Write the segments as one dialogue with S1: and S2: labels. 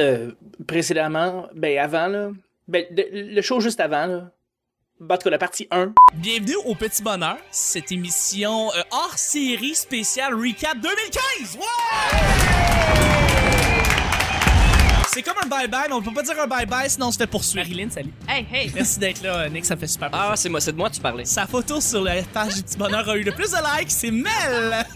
S1: euh, précédemment, ben avant, là, ben, de- le show juste avant, là, ben, en tout cas, la partie 1,
S2: Bienvenue au Petit Bonheur, cette émission euh, hors série spéciale Recap 2015! Ouais! C'est comme un bye-bye, mais on peut pas dire un bye-bye sinon on se fait poursuivre. Marilyn, salut.
S3: Hey, hey!
S2: Merci d'être là, euh, Nick, ça me fait super plaisir.
S4: Ah, c'est moi, c'est de moi que tu parlais.
S2: Sa photo sur la page du Petit Bonheur a eu le plus de likes, c'est Mel!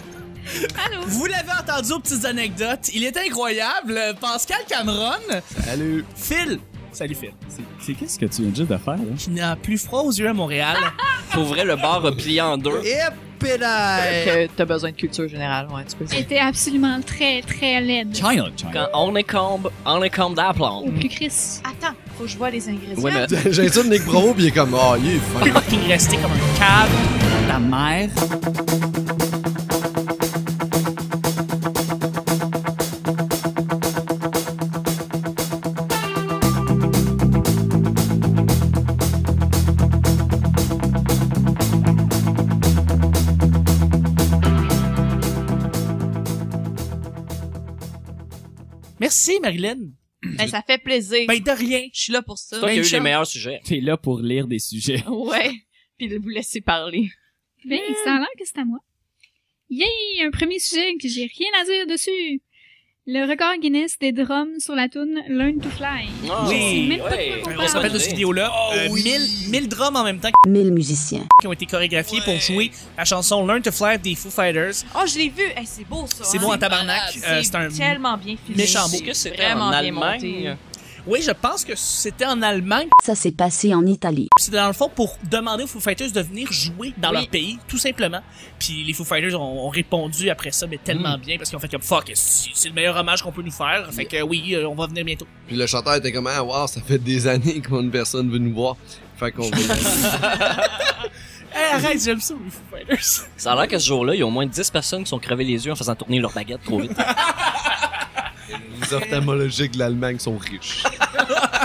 S3: Allô?
S2: Vous l'avez entendu aux petites anecdotes, il est incroyable, euh, Pascal Cameron,
S5: Salut!
S2: Phil. Salut Phil.
S5: C'est qu'est-ce que tu viens juste de faire, là?
S2: Qui n'a plus froid aux yeux à Montréal.
S4: Pour vrai, le bar a plié en deux.
S5: Et pédale!
S6: que t'as besoin de culture générale, ouais, tu peux le dire.
S3: J'étais absolument très, très laide.
S5: China, China.
S4: Quand on est combe, on est combe d'aplomb.
S3: Au plus Chris.
S6: Attends, faut que je vois les ingrédients.
S4: Ouais, mais
S5: J'insulte Nick Bro, pis il est comme, ah, il est fin.
S2: Fucking resté comme un cave. Ta mère. Merci, Marilyn.
S6: Ben, ça fait plaisir.
S2: Ben, de rien.
S6: je suis là pour ça. Ben,
S4: toi qui as eu les
S2: Chum.
S4: meilleurs sujets.
S5: T'es là pour lire des sujets.
S6: Ouais. Puis de vous laisser parler.
S3: Ben, ça a l'air que c'est à moi. Yay! Un premier sujet que j'ai rien à dire dessus. Le record Guinness des drums sur la toune Learn to Fly.
S4: Ah,
S2: Oui,
S3: même pas de
S4: ouais.
S3: quoi qu'on
S2: On se rappelle de
S4: idée.
S2: cette vidéo-là. Euh,
S5: oui.
S2: 1000 1000 drums en même temps
S7: mille musiciens.
S2: qui ont été chorégraphiés pour jouer la chanson Learn to Fly des Foo Fighters.
S6: Oh, je l'ai vu. Hey, c'est beau, ça.
S2: C'est
S6: hein?
S2: beau en tabarnak.
S6: C'est
S2: Euh, C'est un.
S6: tellement bien filmé.
S2: méchant beau.
S4: Est-ce que c'était
S6: Vraiment
S4: en
S6: bien
S4: Allemagne?
S6: monté.
S2: Oui, je pense que c'était en Allemagne.
S7: Ça s'est passé en Italie.
S2: C'était dans le fond pour demander aux Foo Fighters de venir jouer dans
S6: Oui.
S2: leur pays, tout simplement. Puis les Foo Fighters ont, ont répondu après ça, mais tellement bien parce qu'ils ont fait comme fuck, c'est c'est le meilleur hommage qu'on peut nous faire. Fait que euh, oui, euh, on va venir bientôt.
S8: Puis le chanteur était comme, ah, wow, ça fait des années qu'une personne veut nous voir. Fait qu'on
S2: Hey, Eh, arrête, j'aime ça, les Foo Fighters.
S4: Ça a l'air que ce jour-là, il y a au moins 10 personnes qui sont crevées les yeux en faisant tourner leur baguette trop vite.
S8: les ophtalmologiques de l'Allemagne sont riches.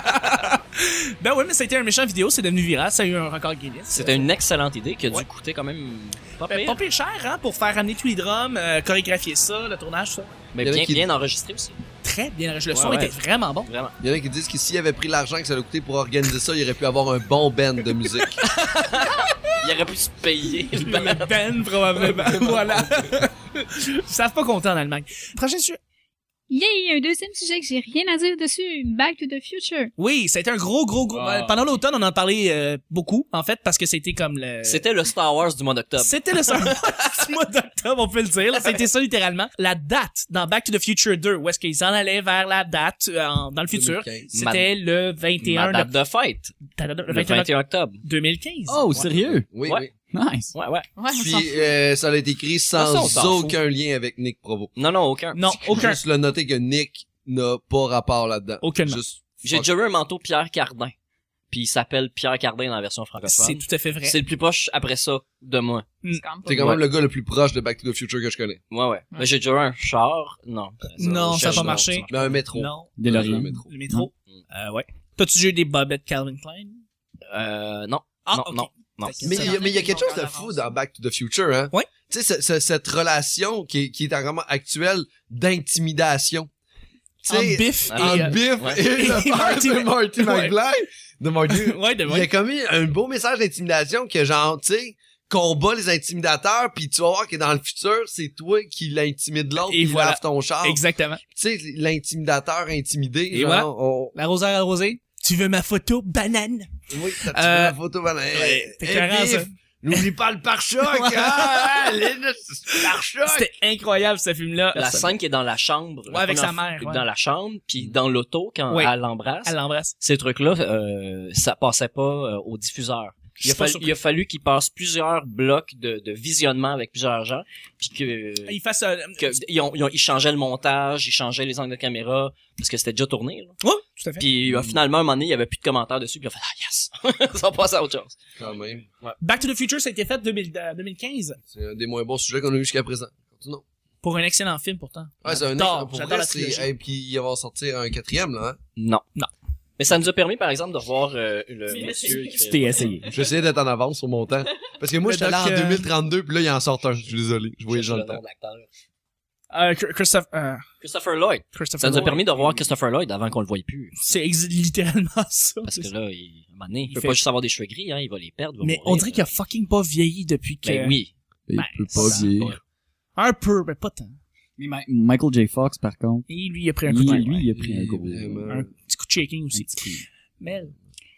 S2: ben oui, mais ça a été un méchant vidéo, c'est devenu viral, ça a eu un record Guinness.
S4: C'était une excellente idée qui a dû
S2: Ouais.
S4: coûter quand même pas
S2: Ben,
S4: pire,
S2: pas pire cher, hein, pour faire amener tous les drums, euh, chorégraphier ça, le tournage, ça.
S4: mais
S8: Il y en a
S4: bien,
S8: qui-
S4: bien enregistré aussi.
S2: Très bien, le son
S4: Ouais, ouais.
S2: était vraiment bon.
S4: Vraiment.
S8: Il y en a qui disent que s'il avait pris l'argent que ça allait coûter pour organiser ça, il aurait pu avoir un bon band de musique.
S4: Il aurait pu se payer.
S2: Ben, probablement. voilà. Ils savent pas compter en Allemagne. Prochain sujet.
S3: Yay! Un deuxième sujet que j'ai rien à dire dessus. Back to the Future.
S2: Oui, ça a été un gros, gros, gros.
S4: Ah.
S2: euh, Pendant l'automne, on en parlait euh, beaucoup, en fait, parce que c'était comme le.
S4: C'était le Star Wars du mois d'octobre.
S2: C'était le seul du mois d'octobre, on peut le dire. là. C'était ça littéralement. La date dans Back to the Future 2, où est-ce qu'ils en allaient vers la date euh, en- dans le futur,
S8: 2015.
S2: c'était le
S4: Ma
S2: 21
S4: date de fête,
S2: de...
S4: le 21 octobre.
S2: 2015.
S5: Oh, sérieux?
S8: Oui,
S4: Ouais.
S5: Nice.
S4: Ouais, ouais.
S6: Ouais,
S8: oui.
S6: on s'en fout.
S8: Puis euh, ça a été écrit
S4: Ça, on s'en
S8: sans
S4: fout.
S8: aucun lien avec Nick Provo.
S4: Non, non, aucun.
S2: Non, aucun.
S8: Juste le noter que Nick n'a pas rapport là-dedans.
S2: Aucunement.
S8: Juste.
S4: J'ai
S8: fuck.
S4: déjà eu un manteau Pierre Cardin. Puis il s'appelle Pierre Cardin dans la version
S2: C'est
S4: francophone.
S2: tout à fait vrai.
S4: C'est le plus proche après ça de moi.
S6: C'est quand même pas
S8: T'es quand
S6: beau.
S8: même le gars le plus proche de Back to the Future que je connais.
S4: Ouais, ouais. Mais J'ai déjà eu un char. Non.
S2: Non,
S4: je
S2: ça a
S4: cherche-
S2: pas marché.
S8: Mais un métro.
S2: Non,
S5: Des
S8: Dans un
S5: lauriers.
S8: métro.
S2: le métro.
S4: Mm.
S2: Euh, ouais. T'as-tu déjà eu des bobettes Calvin Klein?
S4: Euh, non.
S2: Ah,
S4: non,
S2: ok.
S4: non, non.
S2: Fait que
S8: Mais
S2: ça-
S8: il y a- mais il y a quelque chose de fou dans Back to the Future, hein?
S2: Ouais.
S8: Tu sais, ce- ce- cette relation qui est, qui est vraiment actuelle d'intimidation. Tu
S2: En
S8: sais,
S2: biff
S4: Ah,
S2: et...
S8: en
S2: euh,
S8: bif
S4: ouais.
S8: et
S2: Et
S8: le père
S2: Marty-
S8: de Marty
S2: Ouais.
S8: McFly, de Marty,
S2: ouais, de
S8: il a commis un beau message d'intimidation que genre, tu sais, combat les intimidateurs, puis tu vas voir que dans le futur, c'est toi qui l'intimide l'autre,
S2: Et
S8: qui
S2: voilà.
S8: lave ton char. Tu
S2: Exactement.
S8: sais, l'intimidateur intimidé,
S2: Et
S8: genre,
S2: voilà.
S8: on...
S2: L'arroseur arrosé. Tu veux ma photo banane?
S8: Oui, t'as
S2: Euh,
S8: tiré la photo, voilà.
S2: ouais, t'es
S8: Eh,
S2: carré,
S8: bif,
S2: ça.
S8: N'oublie pas le pare-choc, hein! Ah, le pare-choc!
S2: C'était incroyable, ce film-là.
S4: La scène qui est dans la chambre.
S2: Ouais,
S4: la
S2: avec
S4: première
S2: sa mère,
S4: fois,
S2: ouais.
S4: Dans la chambre, puis dans l'auto, quand
S2: Ouais.
S4: elle l'embrasse.
S2: Elle l'embrasse.
S4: Ces trucs-là, euh, ça passait pas euh, au diffuseur.
S2: Je
S4: Il a,
S2: suis pas
S4: fallu,
S2: surpris.
S4: il a fallu qu'il passe plusieurs blocs de, de visionnement avec plusieurs gens, puis que...
S2: Il fasse euh,
S4: que ils, ont, ils, ont- ils changeaient le montage, ils changeaient les angles de caméra, parce que c'était déjà tourné. Là.
S2: Ouais, tout à fait.
S4: Puis euh, finalement, à un moment donné, il y avait plus de commentaires dessus, puis on a fait ah yes, ça passe à autre chose.
S8: Quand même.
S2: Back to the Future, ça a été fait 2000, euh, 2015
S8: C'est un des moins bons sujets qu'on a eu jusqu'à présent. Continuons.
S2: pour un excellent film pourtant.
S8: Ouais, c'est un
S2: J'adore,
S8: autre. Pour
S2: j'adore
S8: vrai,
S2: la
S8: c'est.
S2: trilogie.
S8: Et puis, il va en sortir un quatrième, là. Hein?
S4: Non.
S2: Non.
S4: Mais ça nous a permis, par exemple, de voir euh, le monsieur qui
S5: Tu
S4: fait-
S5: t'es essayé.
S8: J'essayais d'être en avance sur mon temps. Parce que moi,
S2: Le
S8: j'étais là
S2: doc,
S8: en
S2: euh,
S8: 2032, puis là, il en sort un. Je suis désolé. Je voyais
S4: cherche
S8: genre le
S4: nom
S8: temps.
S4: de l'acteur.
S2: Euh, Chr- Christophe, euh,
S4: Christopher Lloyd.
S2: Christopher
S4: Ça nous a
S2: Nolan.
S4: permis de revoir Christopher Lloyd avant qu'on le voie plus.
S2: C'est ex- littéralement ça.
S4: Parce que là, il, à un moment donné, il,
S2: Il
S4: peut
S2: fait-
S4: pas juste avoir des cheveux gris, hein, il va les perdre. il va
S2: mais on
S4: mourir.
S2: dirait qu'il a fucking pas vieilli depuis que...
S4: Ben oui.
S5: Il
S2: Ben,
S5: peut pas
S2: ça-
S5: vieillir.
S2: Un peu, mais pas tant.
S5: Mais Ma- Michael J. Fox, par contre,
S2: Et lui, il a pris un coup de
S5: il,
S2: main.
S5: lui, il a pris un gros.
S8: Vraiment.
S2: Un petit coup de shaking
S5: un
S2: aussi.
S5: petit coup.
S2: Mais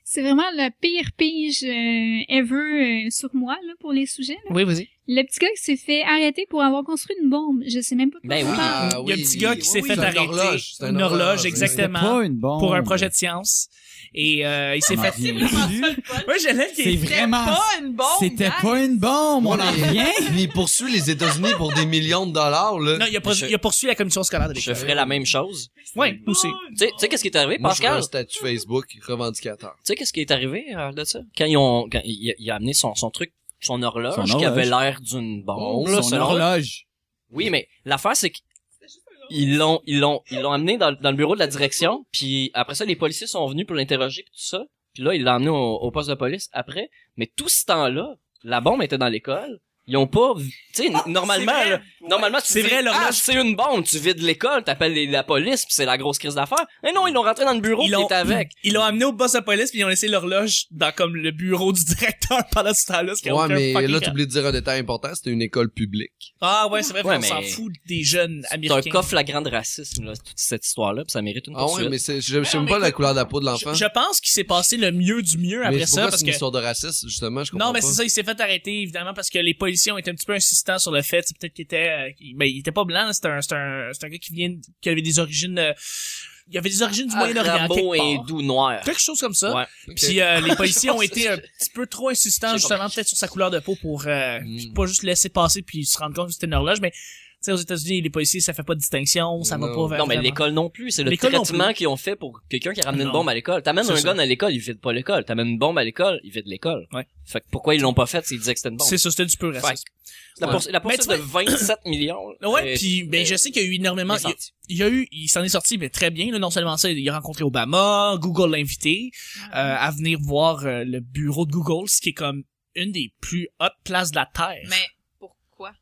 S3: C'est vraiment la pire pige euh, ever euh, sur moi là, pour les sujets. là.
S2: Oui, vas-y.
S3: Le petit gars qui s'est fait arrêter pour avoir construit une bombe. Je sais même pas
S4: Ben
S3: comment
S4: oui.
S3: parle.
S8: Ah,
S2: Eh il y a un
S8: oui,
S2: petit gars
S8: oui,
S2: qui s'est
S8: oui,
S2: fait
S8: c'est une
S2: arrêter.
S8: horloge, c'est une
S2: Une horloge,
S8: horloge, oui.
S5: C'était
S2: exactement.
S5: pas une bombe.
S2: Pour un projet de science. Et euh, il s'est
S5: On en
S2: fait...
S5: revient dessus.
S2: Oui, j'allais
S5: C'est
S2: qu'il
S5: vraiment.
S6: pas une bombe,
S5: C'était
S6: gars.
S5: pas une bombe, on en revient.
S8: Il poursuit les États-Unis pour des millions de dollars, là.
S2: Non, il a, pas-
S4: Je-
S2: il a poursuivi la commission scolaire de
S4: Je
S2: l'école.
S4: ferais la même chose.
S2: Ouais, nous aussi.
S4: Tu sais, tu sais qu'est-ce qui est arrivé,
S8: Moi, je ferais
S4: Pascal?
S8: un statut Facebook revendicateur.
S4: Tu sais qu'est-ce qui est arrivé euh, de ça? Quand ils ont, quand il, il a amené son, son truc, son horloge,
S5: Son
S4: qui
S5: horloge.
S4: avait l'air d'une bombe, là,
S5: Son
S4: selon-
S5: horloge.
S4: Oui, mais l'affaire, c'est que ils l'ont, ils l'ont, ils l'ont amené dans, dans le bureau de la direction, puis après ça, les policiers sont venus pour l'interroger, puis tout ça. Puis là, ils l'ont emmené au, au poste de police après. Mais tout ce temps-là, la bombe était dans l'école. Ils ont pas, vu- tu sais, n- normalement,
S2: Ah, c'est vrai.
S4: là, normalement, tu
S2: C'est
S4: dis,
S2: vrai, l'horloge-
S4: ah, c'est une bombe, tu vides l'école, t'appelles les- la police, puis c'est la grosse crise d'affaires. Mais non, ils l'ont rentré dans le bureau,
S2: Ils
S4: puis
S2: l'ont-
S4: il était avec.
S2: Ils l'ont amené au boss de police puis ils ont laissé l'horloge dans comme le bureau du directeur pendant ce temps-là. ce qui a
S8: Ouais,
S2: aucun
S8: mais
S2: fucking
S8: là,
S2: rapport.
S8: t'oublies de dire un détail important, c'était une école publique.
S2: Ah ouais, c'est vrai,
S4: Ouais,
S2: on
S4: mais-
S2: s'en fout des jeunes
S4: C'est un
S2: américains.
S4: coffre flagrant de racisme, là, toute cette histoire-là, puis ça mérite une
S8: Ah
S4: poursuite.
S8: ouais, mais c'est, je je sais
S2: Non,
S8: même
S2: mais
S8: pas la
S2: écoute,
S8: couleur de la peau de
S2: Je,
S8: l'enfant.
S2: je pense qu'il s'est passé le mieux du mieux après
S8: hein. mais
S2: ça
S8: pourquoi
S2: parce
S8: c'est
S2: que
S8: une histoire de racisme, justement, je comprends
S2: non, mais
S8: pas.
S2: c'est ça, il s'est fait arrêter évidemment parce que les policiers ont été un petit peu insistants sur le fait, c'est peut-être qu'il était euh, qu'il- ben il était pas blanc, c'est un c'est un c'est un gars qui vient qui avait des origines euh, il avait des origines du Moyen-Orient
S4: Arabo
S2: quelque,
S4: et
S2: part.
S4: doux noir.
S2: quelque chose comme ça.
S4: Ah, Ouais.
S8: Ok.
S2: Puis euh, les policiers ont été un petit peu trop insistants
S4: J'ai Hmm.
S2: justement peut-être sur sa couleur de peau pour euh,
S8: Mm.
S2: pas juste laisser passer puis se rendre compte que c'était une horloge mais tu sais aux États-Unis les policiers ça fait pas de distinction, ça va
S8: Non.
S2: pas vers
S4: Non, mais
S2: vraiment.
S4: l'école non plus. C'est le
S2: L'école non
S4: traitement
S2: plus.
S4: qu'ils ont fait pour quelqu'un qui a ramené
S2: Non.
S4: une bombe à l'école. T'amènes
S2: C'est
S4: un
S2: ça.
S4: gun à l'école, il vide pas l'école. T'amènes une bombe à l'école, il vide l'école.
S2: Ouais.
S4: Fait que pourquoi ils l'ont pas fait s'ils disaient que c'était une bombe?
S2: C'est ça, c'était du peu
S4: Fait
S2: raciste.
S4: que euh, La,
S2: Ouais.
S4: poursu- la
S2: Mais tu
S4: poursuite de 27 millions. là,
S2: Ouais,
S4: est-
S2: puis ben
S4: est-
S2: je sais qu'il y a eu
S4: est
S2: énormément il y a-
S4: sortie.
S2: il y a eu il s'en est sorti mais très bien là, non seulement ça, il a rencontré Obama, Google l'a invité euh,
S6: Ah.
S2: à venir voir euh, le bureau de Google, ce qui est comme une des plus hautes places de la terre.
S6: Mais pourquoi?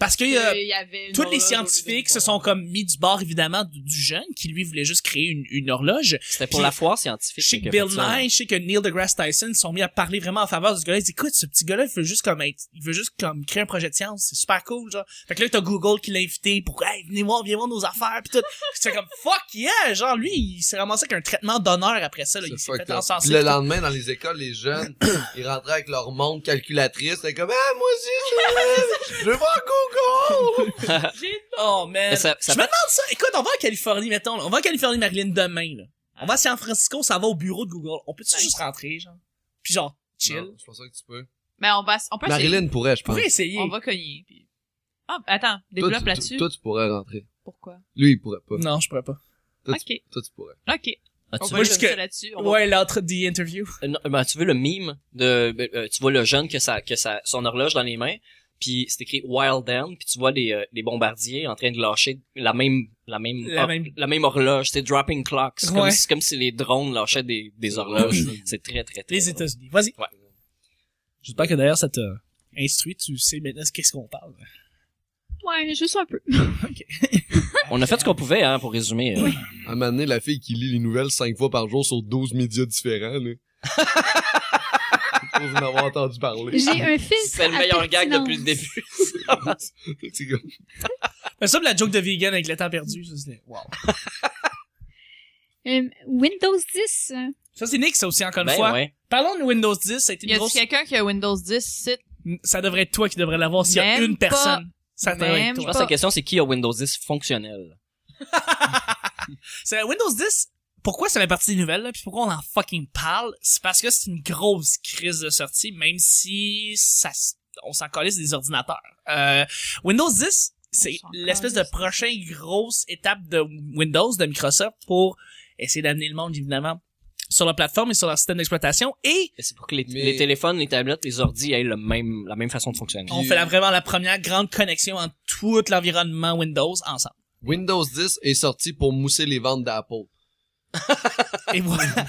S2: Parce que euh,
S6: Il y avait une
S2: tous les
S6: horloge au
S2: scientifiques
S6: lieu
S2: se
S6: d'une
S2: sont
S6: bombe.
S2: comme mis du bord évidemment du, du jeune qui lui voulait juste créer une, une horloge.
S4: C'était pour
S2: Puis-
S4: la foire scientifique.
S2: Je sais que
S4: qui a
S2: Bill
S4: fait ça.
S2: Nye, je sais que Neil deGrasse Tyson se sont mis à parler vraiment en faveur de ce gars-là. Ils disent, écoute, ce petit gars-là, il veut juste comme être, il veut juste comme créer un projet de science. C'est super cool, genre. Fait que là, t'as Google qui l'a invité pour, hey, venez voir, viens voir nos affaires, pis tout. Pis c'est comme, fuck yeah! Genre, lui, il s'est ramassé avec un traitement d'honneur après ça, là. Il
S8: C'est
S2: s'est
S8: fucked
S2: fait
S8: up.
S2: encenser.
S8: Puis le lendemain, dans les écoles, les jeunes, ils rentraient avec leur montre calculatrice. C'était comme, ah, moi aussi, je veux- je veux voir Google!
S2: Oh, man.
S4: Mais ça- ça
S2: je me demande ça. Écoute, on va en Californie, mettons, là. On va en Californie, Marilyn, demain, là. On va à San Francisco, ça va au bureau de Google. On peut-tu juste rentrer, genre? Pis genre, chill.
S8: Non, je pense pas que tu peux.
S6: Mais on va, on peut essayer.
S8: Marilyn pourrait, je
S2: On
S8: pense.
S2: pourrait essayer.
S6: On va cogner. Puis... Ah, attends,
S8: Toi,
S6: développe
S8: tu-
S6: là-dessus.
S8: Toi, tu pourrais rentrer.
S6: Pourquoi?
S8: Lui, il pourrait pas.
S2: Non, je pourrais pas.
S8: Toi,
S6: Ok,
S8: Toi, tu pourrais.
S6: ok. On
S4: As-tu
S6: va
S4: vu-
S2: Moi,
S6: juste
S2: jusque-
S6: ça là-dessus. on va-
S2: Ouais, l'entre the interview.
S4: Euh, non, ben, tu veux le mime de, euh, euh, tu vois le jeune que ça, que ça, son horloge dans les mains, puis c'est écrit Wild Down, puis tu vois les, euh, les bombardiers en train de lâcher la même, la même,
S2: La
S4: hop,
S2: même-
S4: la même horloge, c'est dropping clocks, C'est comme
S2: Ouais.
S4: si, comme si les drones lâchaient des, des horloges. c'est très, très, très.
S2: Les
S4: drôle.
S2: États-Unis. Vas-y.
S4: Ouais.
S2: J'espère que d'ailleurs ça t'a instruit, tu sais maintenant ce qu'est-ce qu'on parle.
S3: Ouais, juste un peu.
S4: On a fait ce qu'on pouvait, hein, pour résumer. euh.
S8: À un moment donné, la fille qui lit les nouvelles cinq fois par jour sur 12 médias différents, là. Je trouve en avoir entendu parler.
S3: J'ai un filtre.
S4: C'est le
S3: à
S4: meilleur gag
S3: pertinence.
S4: depuis le début.
S8: C'est comme-
S2: Mais ça, la joke de vegan avec le temps perdu, ça c'est... Wow.
S3: Euh, Windows 10. euh,
S2: Ça c'est Nick, ça aussi, encore une
S4: Ben
S2: fois.
S4: ouais.
S2: Parlons de Windows 10, ça a été
S6: Y
S2: une
S6: a
S2: grosse...
S6: quelqu'un qui a Windows 10 site?
S2: Ça devrait être toi qui devrais l'avoir s'il y a
S6: Même
S2: une
S6: pas.
S2: personne. Ça devrait être
S6: Même
S4: Je
S2: toi.
S4: pense que la question, c'est qui a Windows 10 fonctionnel?
S2: C'est Windows 10. Pourquoi ça fait partie des nouvelles, là, puis pourquoi on en fucking parle? C'est parce que c'est une grosse crise de sortie, même si ça, s- on s'en calisse des ordinateurs. Euh, Windows 10, c'est
S6: s'en
S2: l'espèce de
S6: calisse.
S2: prochaine grosse étape de Windows, de Microsoft, pour essayer d'amener le monde, évidemment, sur leur plateforme et sur leur système d'exploitation. Et
S4: Et C'est pour que les,
S8: Mais-
S4: les téléphones, les tablettes, les ordi aient le même, la même façon de fonctionner.
S2: on
S8: euh,
S2: fait là vraiment la première grande connexion entre tout l'environnement Windows ensemble.
S8: Windows 10 est sorti pour mousser les ventes d'Apple.
S2: Et voilà.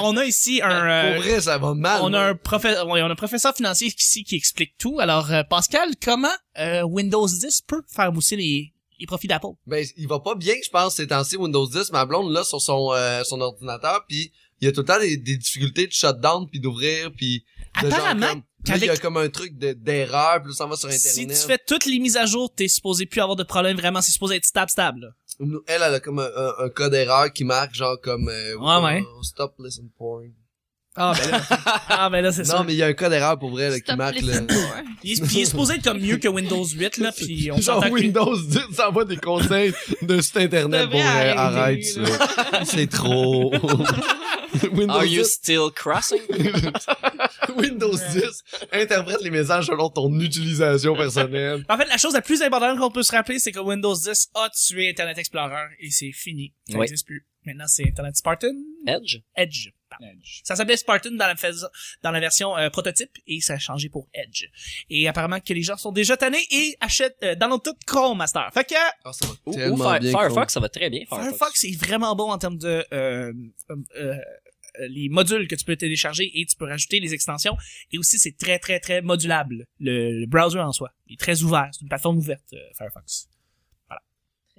S2: on a ici un... euh,
S8: Ben, Pour vrai, ça va mal.
S2: on a
S8: moi.
S2: un professeur, on a un professeur financier ici qui explique tout. Alors, euh, Pascal, comment euh, Windows 10 peut faire mousser les, les profits d'Apple.
S8: Ben, il va pas bien, je pense, ces temps-ci, Windows 10. Ma blonde, là, sur son, euh, son ordinateur, puis il y a tout le temps des, des difficultés de shutdown, puis d'ouvrir, puis de genre
S2: Apparemment,
S8: comme- Puis là, il y a
S2: qu'avec-
S8: comme un truc de- d'erreur, puis là, ça va sur
S2: si
S8: Internet.
S2: tu fais toutes les mises à jour, t'es supposé plus avoir de problème vraiment. C'est supposé être stable, stable. là.
S8: Nous- Elle, elle a comme un, un- un code d'erreur qui marque, genre, comme... euh,
S2: Ouais, ouais.
S8: oh, stop, listen, porn.
S2: Ah ben là, ah, ben là c'est
S8: Non,
S2: ça.
S8: mais il y a un code d'erreur, pour vrai, là, qui
S6: Stop
S8: marque le...
S6: listen more.
S2: Il, est- puis il est supposé être comme mieux que Windows 8 là, puis on
S8: Genre
S2: s'entend que
S8: Windows 10 s'envoie des conseils de site internet
S6: Devrait
S8: pour vrai, arrête
S6: arrêter,
S8: ça. C'est trop. Windows
S4: Are you
S8: 10,
S4: still crossing?
S8: Windows 10 interprète les messages selon ton utilisation personnelle.
S2: En fait, la chose la plus importante qu'on peut se rappeler, c'est que Windows 10 a tué Internet Explorer et c'est fini. Ça
S4: Oui.
S2: n'existe plus. Maintenant, c'est Internet Spartan
S4: Edge?
S2: Edge. pardon. Ça s'appelait Spartan dans la, fais- dans la version euh, prototype et ça a changé pour Edge. Et apparemment que les gens sont déjà tannés et achètent euh, dans notre Chrome Master. Fait que
S8: Oh, ça va
S4: Ou, ou
S8: tellement
S4: Fire-
S8: bien
S4: Firefox, ça va très bien. Firefox.
S2: Firefox est vraiment bon en termes de euh, euh, euh, les modules que tu peux télécharger et tu peux rajouter les extensions. Et aussi, c'est très, très, très modulable. Le, le browser en soi. Il est très ouvert. C'est une plateforme ouverte, euh, Firefox.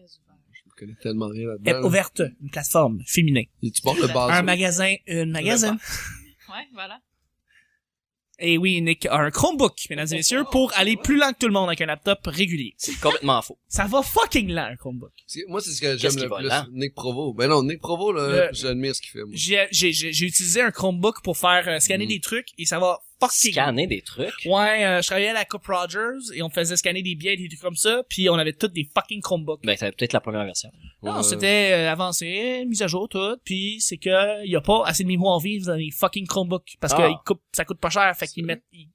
S8: Je connais tellement rien
S2: Elle est
S8: là-dedans.
S2: Euh, ouverte, une plateforme féminin.
S8: Et tu parles le
S2: Un
S8: bas.
S2: magasin, une magasin.
S6: Ouais, voilà.
S2: Et Eh oui, Nick a un Chromebook, mesdames et messieurs, pour aller plus lent que tout le monde avec un laptop régulier.
S4: C'est complètement faux.
S2: Ça va fucking lent, un Chromebook.
S8: Moi, c'est ce que j'aime
S4: Qu'est-ce qui
S8: le
S4: va
S8: plus.
S4: là?
S8: Nick Provo. Ben non, Nick Provo, là,
S2: Le-
S8: j'admire ce qu'il fait. moi.
S2: J'ai j'ai- j'ai- j'ai utilisé un Chromebook pour faire euh, scanner
S8: Mm.
S2: des trucs et ça va fucking lent.
S4: Scanner des trucs.
S2: Ouais, euh, je travaillais à la Coupe Rogers et on faisait scanner des billets et des trucs comme ça, puis on avait toutes des fucking Chromebooks.
S4: Ben, c'était peut-être la première version.
S2: Non,
S8: Ouais.
S2: c'était euh, avancé, mise à jour, tout, puis c'est que y a pas assez de mémoire vive dans les fucking Chromebooks parce que
S4: Ah.
S2: ils coupent- ça coûte pas cher, fait qu'ils mettent ils-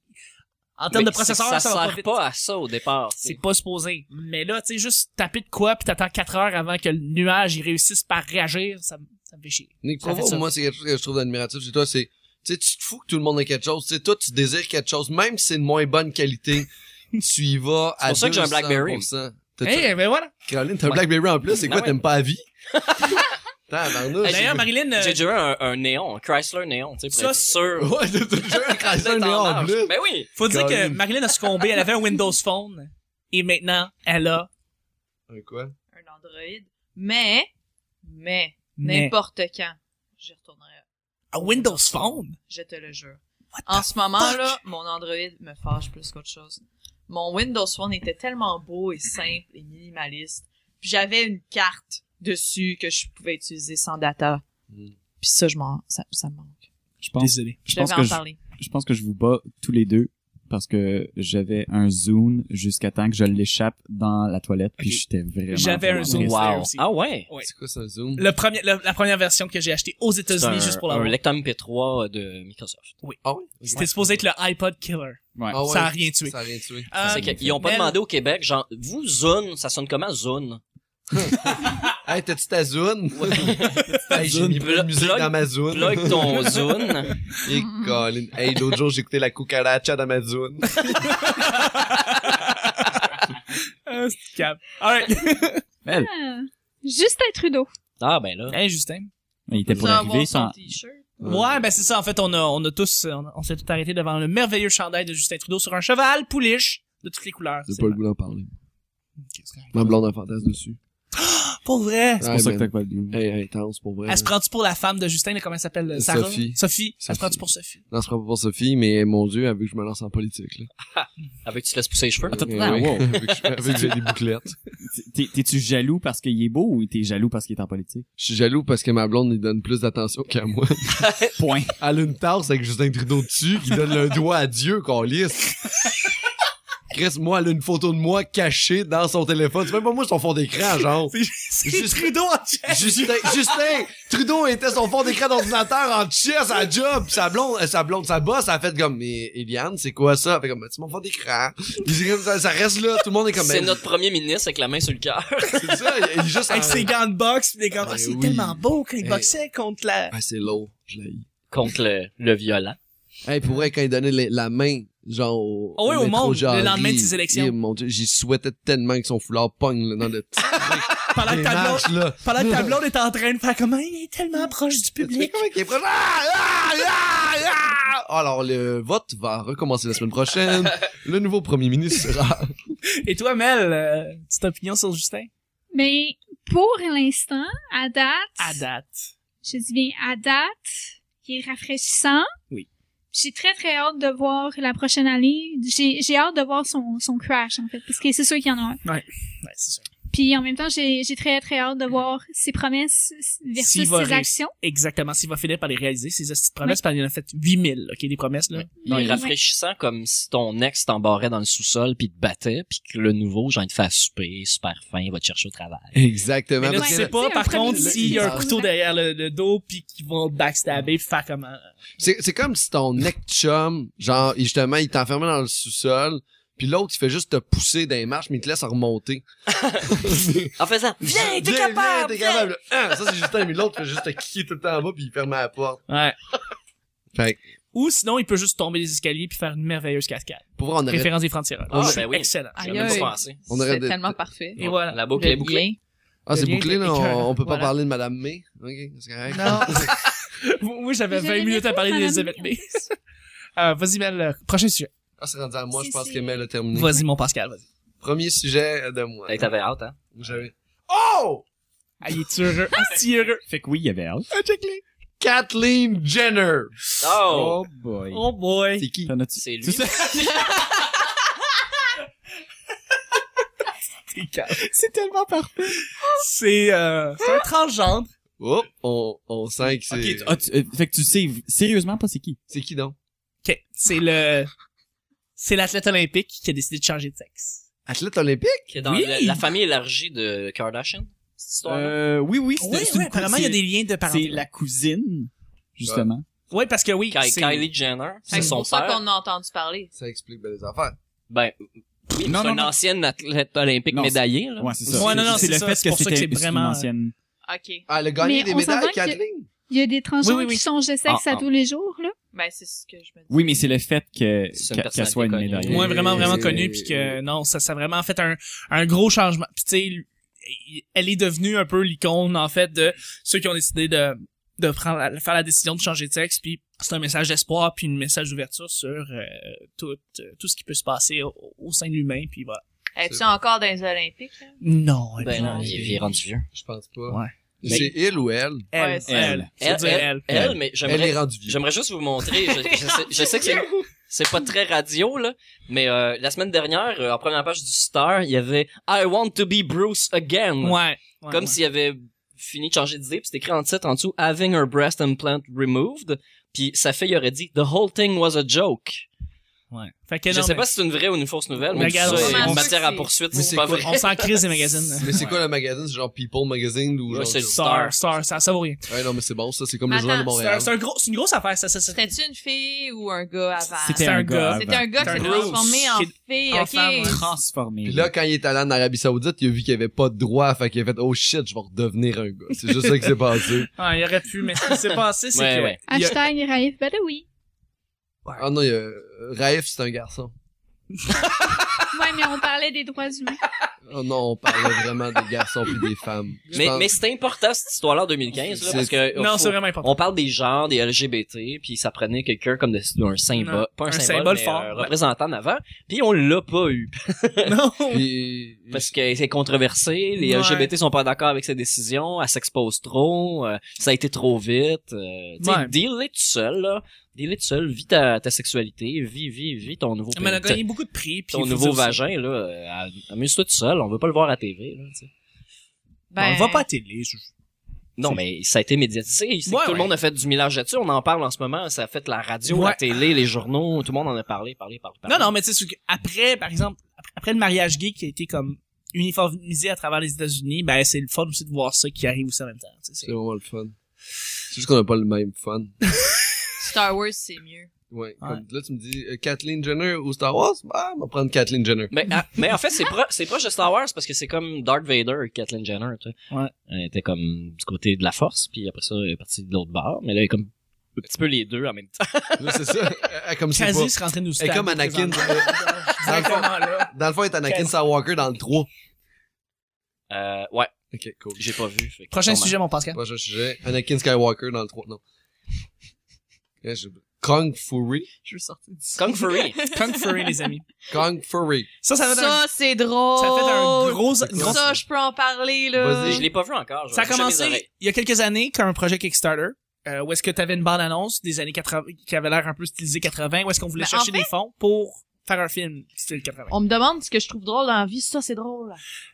S2: en termes
S4: Mais
S2: de processeur,
S4: ça,
S2: ça, va
S4: ça
S2: pas
S4: sert
S2: vite.
S4: pas à ça au départ. tu sais.
S2: C'est pas supposé. Mais là, tu sais, juste taper de quoi puis t'attends 4 heures avant que le nuage il réussisse par réagir, ça, me- ça me fait chier.
S8: Nick
S2: Ça fait
S8: Provo,
S2: ça.
S8: moi, c'est quelque chose que je trouve admiratif chez toi, c'est, tu sais, tu te fous que tout le monde ait quelque chose, tu sais, toi, tu désires quelque chose, même si c'est de moins bonne qualité, tu y vas
S4: C'est
S8: à 200%.
S4: pour ça que j'ai un Blackberry.
S8: T'as-tu-
S2: Eh ben voilà.
S8: Caroline, t'as un Blackberry en plus, c'est quoi,
S4: Ah ouais.
S8: t'aimes pas la vie? Tabarnouche.
S2: D'ailleurs, Marilyn, euh,
S4: J'ai déjà eu un, un néon, un Chrysler néon, tu sais, pour
S2: Ça,
S4: être sûr.
S8: Ouais, t'as déjà un Chrysler
S4: d'être en
S8: néon en
S4: marche.
S8: plus.
S4: Ben oui!
S2: faut dire que
S8: Colin.
S2: Marilyn a succombé, elle avait un Windows Phone et maintenant elle a
S8: Un quoi?
S6: Un Android. Mais, mais,
S2: mais-
S6: n'importe quand, j'y retournerai.
S2: un Windows Phone.
S6: Je te le jure.
S2: What
S6: En
S2: the
S6: ce moment,
S2: fuck?
S6: là, mon Android me fâche plus qu'autre chose. Mon Windows Phone était tellement beau et simple et minimaliste. Puis j'avais une carte dessus que je pouvais utiliser sans data.
S8: Mm.
S6: Puis ça, je m'en, ça, ça me manque.
S5: Je pense,
S2: Désolé.
S5: je
S6: Je
S5: pense
S6: devais
S5: que
S6: en
S5: je,
S6: parler.
S5: je pense que je vous bats tous les deux parce que j'avais un zoom jusqu'à temps que je l'échappe dans la toilette puis
S2: Ok.
S5: j'étais vraiment
S2: J'avais un
S5: vraiment
S2: zoom.
S5: triste.
S2: Wow.
S4: Wow.
S2: aussi.
S4: Ah ouais?
S2: Ouais.
S8: C'est quoi ça, Zoom?
S2: Le premier, le- la première version que j'ai achetée aux
S4: C'est
S2: États-Unis
S4: un,
S2: juste pour
S4: un
S2: l'avoir.
S4: lecteur MP3 de Microsoft.
S8: Ah ouais?
S2: C'était supposé être le iPod Killer.
S5: Ouais.
S8: Ah ouais,
S2: ça a rien tué.
S8: Ça a rien tué.
S2: Euh,
S4: c'est qu'ils ont pas
S2: mais-
S4: demandé au Québec, genre, vous, Zone, ça sonne comment, Zone?
S8: Hey, t'as-tu ta Zune? hey, j'ai
S4: Ah. Zune.
S8: mis plus de musique
S4: Plug-
S8: dans ma Zune.
S4: Plug ton Zone.
S8: Et Colin. Hey, l'autre jour, j'ai écouté la cucaracha dans ma Zune.
S2: Ah, c'est cap. Alright.
S3: Ah, Justin Trudeau.
S4: Ah ben là.
S2: Hey, Justin.
S5: Mais il était pour
S6: Ça,
S5: arriver
S6: avoir son
S5: sans.
S6: t-shirt.
S8: Euh,
S2: Ouais, ben c'est ça. En fait, on a, on a tous, euh, on, on s'est tous arrêtés devant le merveilleux chandail de Justin Trudeau sur un cheval pouliche de toutes les couleurs.
S8: J'ai
S2: C'est
S8: pas le goût d'en parler.
S2: mal.
S8: Ma blonde en fantasme dessus.
S2: Pour
S8: Euh,
S2: vrai.
S5: C'est pour ça que t'as pas de goût.
S8: Hey, intense, pour vrai.
S2: Elle se prend-tu pour la femme de Justin, là, comment elle s'appelle? euh, Sarah?
S8: Sophie.
S2: Sophie. Elle se
S8: Sophie.
S2: prend-tu pour Sophie?
S8: Non, ce sera pas pour Sophie, mais mon Dieu, elle veut que je me lance en politique, là.
S4: Avec tu te laisses pousser les cheveux.
S8: Eh
S5: ah,
S8: oui.
S5: wow.
S8: Elle veut que je- elle veut que j'ai des bouclettes.
S5: T'es- T'es-tu jaloux parce qu'il est beau ou t'es jaloux parce qu'il est en politique?
S8: Je suis jaloux parce que ma blonde, il donne plus d'attention qu'à moi.
S5: Point.
S8: Elle a une tasse avec Justin Trudeau dessus qui donne le doigt à Dieu, qu'on lisse. Chris, moi, elle a une photo de moi cachée dans son téléphone. C'est même pas moi son fond d'écran, genre.
S2: C'est
S8: Juste-
S2: Trudeau en chef.
S8: Justin, Justin, Trudeau était son fond d'écran d'ordinateur en chess à job. Pis sa blonde, euh, sa blonde, sa boss, elle a fait comme, mais Eliane, c'est quoi ça? Elle fait comme, c'est mon fond d'écran. Puis c'est comme ça, ça reste là, tout le monde est comme,
S4: C'est
S8: Ben,
S4: notre premier ministre avec la main sur le cœur.
S8: c'est ça, il est juste en-
S2: Avec ses gants de boxe pis des gants.
S8: Eh
S2: Ah, c'est
S8: oui.
S2: tellement beau quand il
S8: Eh.
S2: boxait contre la...
S8: Ah, c'est lourd, je l'ai.
S4: Contre le, le violent.
S8: Hey, pour vrai, quand il donnait la- la main, genre, au,
S2: Ah oui, au
S8: métro
S2: monde,
S8: Jarry,
S2: le lendemain de ses élections.
S8: eh, mon Dieu, j'y souhaitais tellement que son foulard pogne, là, dans le petit
S2: Pendant que ta blonde-
S8: démarche, là.
S2: pendant que ta blonde est en train de faire comment il est tellement proche du
S8: Mais
S2: public.
S8: comment qu'il est proche? Ah, ah, ah, ah! Alors, le vote va recommencer la semaine prochaine. Le nouveau premier ministre sera...
S2: Et toi, Mel, euh, petite opinion sur Justin?
S3: Mais pour l'instant, à date,
S2: à date.
S3: je dis bien à date, il est rafraîchissant.
S1: Oui.
S3: J'ai très très hâte de voir la prochaine année. J'ai j'ai hâte de voir son, son crash en fait, parce que c'est sûr qu'il y en a un.
S2: Ouais, c'est ça.
S3: Puis en même temps, j'ai j'ai très très hâte de voir ses promesses versus
S2: S'il va
S3: ses
S2: réussir.
S3: actions.
S2: Exactement. S'il va finir par les réaliser, ces petites promesses, parce qu'il en a fait 8000, OK, des promesses, là.
S4: Non, il
S3: Mais-
S4: rafraîchissant comme si ton ex t'embarrait dans le sous-sol puis te battait puis que le nouveau, genre, il te fait à souper, super fin, il va te chercher au travail.
S8: Exactement.
S2: Mais là,
S8: parce
S2: tu
S8: que-
S2: sais pas,
S3: C'est un
S2: par
S3: premier
S2: contre,
S8: ministre.
S2: s'il y a
S8: Ah.
S2: un couteau derrière le, le dos puis qu'ils vont backstabber faire comment.
S8: C'est c'est comme si ton ex-chum, genre, il- justement, il t'enfermait dans le sous-sol, puis l'autre, il fait juste te pousser dans les marches, mais il te laisse en remonter.
S4: En faisant, viens, t'es capable!
S8: t'es
S4: viens!
S8: capable! Ah, ça, c'est Justin, mais l'autre fait juste te kicker tout le temps en bas, puis il ferme la porte.
S2: Ouais.
S8: Fait que,
S2: Ou sinon, il peut juste tomber des escaliers puis faire une merveilleuse cascade.
S8: pour vrai, on aurait,
S2: Référence des frontières.
S4: Ah, ben oui.
S2: Excellent.
S4: J'y avais
S6: Aïe,
S4: pas
S6: aïe.
S4: pensé.
S8: on aurait
S6: C'est
S8: des-
S6: tellement parfait.
S2: Et voilà.
S4: La boucle est
S6: Le
S4: bouclée.
S6: lien.
S8: Ah, c'est
S2: Le lien
S8: bouclé,
S2: était
S8: là, on, on peut pas
S6: Voilà.
S8: parler de Madame May. Ok, c'est correct.
S2: oui, j'avais
S3: J'avais
S2: 20 minutes à
S3: pas
S2: parler
S3: parlé
S2: d'Elisabeth
S3: de
S2: May. Euh, vas-y, Mel, euh, prochain sujet.
S8: Ah, c'est rendu à moi, je
S3: Si,
S8: pense
S3: si.
S8: que Mel a terminé.
S2: Vas-y, mon Pascal, vas-y.
S8: Premier sujet de moi.
S4: Hey, T'avais hâte, hein?
S8: J'avais... Oh!
S2: Ah, il est heureux. Ah, si heureux.
S5: Fait que oui, il y avait hâte.
S8: Kathleen Jenner!
S4: Oh!
S5: boy.
S2: Oh boy.
S8: C'est qui?
S5: T'en as-tu?
S4: C'est lui.
S5: C'est ça?
S2: C'est tellement parfait. C'est, euh, c'est un transgendre.
S8: Oh, on, on sent que c'est...
S5: Ok, tu- ah, tu- euh, fait que tu sais v- sérieusement pas c'est qui.
S8: C'est qui, donc?
S2: Ok. C'est le, c'est l'athlète olympique qui a décidé de changer de sexe.
S8: Athlète olympique?
S4: Qui est dans
S2: Oui.
S4: la, la famille élargie de Kardashian, cette
S2: hein?
S4: histoire
S5: Euh, oui, oui. c'est- c'est une cou- c'est-
S2: liens de
S5: C'est la cousine, justement.
S2: Oui, parce que oui. c'est-
S4: Kylie Jenner,
S6: Fait
S4: c'est
S6: que C'est
S4: son
S6: pour ça
S4: père.
S6: qu'on a entendu parler.
S8: Ça explique bien les affaires.
S4: Ben, oui,
S5: Non,
S4: c'est
S5: non,
S4: une
S5: non.
S4: ancienne athlète olympique
S5: Non, c'est-
S4: médaillée, là.
S5: Ouais, c'est ça.
S2: Ouais, non, non,
S5: c'est
S2: c'est
S5: le
S2: ça,
S5: fait
S2: c'est
S5: que
S2: pour ça que
S5: c'était
S2: c'est vraiment- euh,
S5: une ancienne.
S6: OK.
S8: Ah, elle a gagné
S3: Mais
S8: des
S3: on s'entend
S8: médailles,
S3: que-
S8: Kathleen?
S3: Il y a des
S2: Oui,
S3: transgenres
S2: oui, oui.
S3: qui changent de sexe
S4: Ah,
S3: à
S4: ah.
S3: tous les jours là.
S6: Ben, c'est ce que je me dis.
S5: Oui, mais c'est le fait que
S4: C'est une
S5: qu'elle qu'elle soit une
S4: personnalité
S5: médaille.
S4: connue.
S2: Moi, vraiment, vraiment
S8: Et-
S2: connu, puis que non, ça, ça a vraiment fait un, un gros changement. Puis tu sais, il- elle est devenue un peu l'icône, en fait, de ceux qui ont décidé de, de prendre, la- faire la décision de changer de sexe, puis c'est un message d'espoir, puis un message d'ouverture sur euh, tout, euh, tout ce qui peut se passer au, au sein de l'humain, puis voilà.
S6: Es-tu encore dans les Olympiques? hein? là?
S2: Non,
S4: Ben non, il, il est rendu vieux.
S8: Je pense pas.
S2: Ouais.
S8: C'est il ou elle?
S2: Elle,
S6: Ouais, c'est-
S2: elle,
S4: Elle,
S2: elle,
S4: elle, elle,
S5: elle.
S4: mais
S8: Elle est
S4: j'aimerais,
S8: rendue vieux.
S4: j'aimerais juste vous montrer, je, je sais, je sais que c'est, c'est pas très radio, là, mais euh, la semaine dernière, euh, en première page du Star, il y avait « I want to be Bruce again
S2: Ouais. ouais,
S4: Comme
S2: ouais.
S4: s'il avait fini de changer d'idée, puis c'est écrit en titre en dessous « Having her breast implant removed », puis sa fille aurait dit « The whole thing was a joke ».
S2: Ouais. Fait que
S4: Je
S2: non,
S4: sais
S2: mais
S4: pas si c'est une vraie ou une fausse nouvelle, mais
S2: Regarde,
S4: tout ça
S2: on
S4: est
S2: s'en
S4: une
S6: fout,
S4: matière à
S6: c'est-
S4: poursuite,
S8: Mais
S4: c'est
S8: c'est
S4: pas
S8: quoi-
S4: vrai.
S2: on s'en crise des magazines.
S8: Mais c'est quoi le magazine? C'est genre People Magazine ou
S4: Ouais,
S8: genre...
S4: c'est le-
S2: Star, Star, ça, ça vaut rien.
S8: Ouais, non, mais c'est bon, ça. C'est comme le
S6: Mais
S8: journal de
S6: attends,
S2: C'est un-
S4: hein.
S8: Montréal.
S2: c'est un gros, c'est une grosse affaire, ça, ça, ça.
S6: C'était-tu une fille ou un gars avant?
S5: C'était
S2: C'est
S5: un
S2: un gars.
S5: gars.
S6: C'était un gars qui s'est
S2: C'était un
S6: transformé en
S2: Bruce
S6: fille,
S2: en
S6: ok?
S2: femme, ouais.
S5: Transformée.
S8: Puis là, quand il est allé en Arabie Saoudite, il a vu qu'il avait pas de droit, fait qu'il a fait « Oh shit, je vais redevenir un gars. » C'est juste ça qui s'est passé.
S2: Ah, il aurait pu, mais ce qui s'est passé, c'est
S4: Ouais,
S2: que.
S4: ouais.
S2: il y a-
S3: Hashtag Ben Raif Badawi.
S8: Ah non, il y a... Raif, c'est un garçon.
S3: Ouais, mais on parlait des droits humains.
S8: Oh non, on parlait vraiment des garçons puis des femmes. Je
S4: Mais,
S8: pense-
S4: mais c'est important cette histoire-là en 2015, là,
S8: C'est-
S4: parce que
S2: Non,
S4: faut-
S2: c'est vraiment important.
S4: on parle des genres, des LGBT, puis ça prenait quelqu'un comme de- d'un symbole,
S2: Non,
S4: pas un,
S2: un
S4: symbole,
S2: symbole
S4: mais
S2: fort,
S4: un
S2: ouais.
S4: représentant d'avant, puis on l'a pas eu
S2: Non.
S8: Puis-
S4: parce que c'est controversé, les
S2: Ouais.
S4: LGBT sont pas d'accord avec ses décisions, elle s'expose trop, euh, ça a été trop vite, euh, tu sais,
S2: Ouais.
S4: deal it tout seul là, deal it tout seul, vis ta, ta sexualité, vis vis vis ton nouveau
S2: Mais elle a
S4: ta-
S2: gagné beaucoup de prix. Puis
S4: ton
S2: il faut
S4: nouveau
S2: dire ça.
S4: vagin là, euh, amuse-toi tout seul, on veut pas le voir à TV là, tu sais.
S2: On
S6: Ben,
S2: le voit pas à télé. je-
S4: Non, mais ça a été médiatisé. C'est que
S2: Ouais,
S4: tout le
S2: ouais.
S4: monde a fait du millage là-dessus. On en parle en ce moment. Ça a fait la radio, la
S2: Ouais.
S4: télé, les journaux. Tout le monde en a parlé, parlé, parlé. parlé.
S2: Non, non, mais tu sais, c'est que après, par exemple, après- après le mariage gay qui a été comme uniformisé à travers les États-Unis, ben c'est le fun aussi de voir ça qui arrive aussi en même temps. tu sais,
S8: C'est vraiment le fun. C'est juste qu'on a pas le même fun.
S6: Star Wars, c'est mieux.
S8: Ouais. Comme, là, tu me dis euh, Kathleen Jenner ou Star Wars? Bah, on va prendre Kathleen Jenner.
S4: Mais, ah, mais en fait, c'est pro- c'est proche de Star Wars parce que c'est comme Darth Vader, Kathleen Jenner. Tu sais.
S2: Ouais.
S4: Elle était comme du côté de la force, puis après ça, elle est partie de l'autre bord. Mais là, elle est comme un petit peu les deux en même temps.
S8: Là, c'est ça. Elle- elle, comme
S2: c'est-
S8: c'est pas.
S2: Casie se rentrait
S4: Eh,
S2: nous
S8: Elle est comme Anakin.
S2: présentement.
S8: Exactement,
S2: là.
S8: Dans le fond, elle est Anakin Skywalker dans le 3.
S4: Euh, ouais,
S8: Ok, cool.
S4: j'ai pas vu. fait que
S2: Prochain
S4: sûrement.
S2: sujet, mon Pascal.
S8: Prochain sujet. Anakin Skywalker dans le 3. Non. Ouais, Eh, je- Kung Fury.
S6: Je veux sortir d'ici.
S4: Kung Fury.
S2: Kung Fury, les amis.
S8: Kung Fury.
S2: Ça, ça va être un-
S6: Ça, c'est drôle.
S2: ça fait un gros, une grosse-
S6: Ça, je peux en parler, là.
S8: Vas-y,
S4: Je l'ai pas vu encore. je
S2: Ça a
S4: vais boucher mes
S2: commencé
S4: oreilles.
S2: il y a quelques années comme un projet Kickstarter. euh, où est-ce que t'avais une bande annonce des années 80 qui avait l'air un peu stylisée 80, où est-ce qu'on voulait
S6: Mais en
S2: chercher des fonds pour faire un film style 80.
S6: On me demande ce que je trouve drôle dans la vie. Ça, c'est drôle.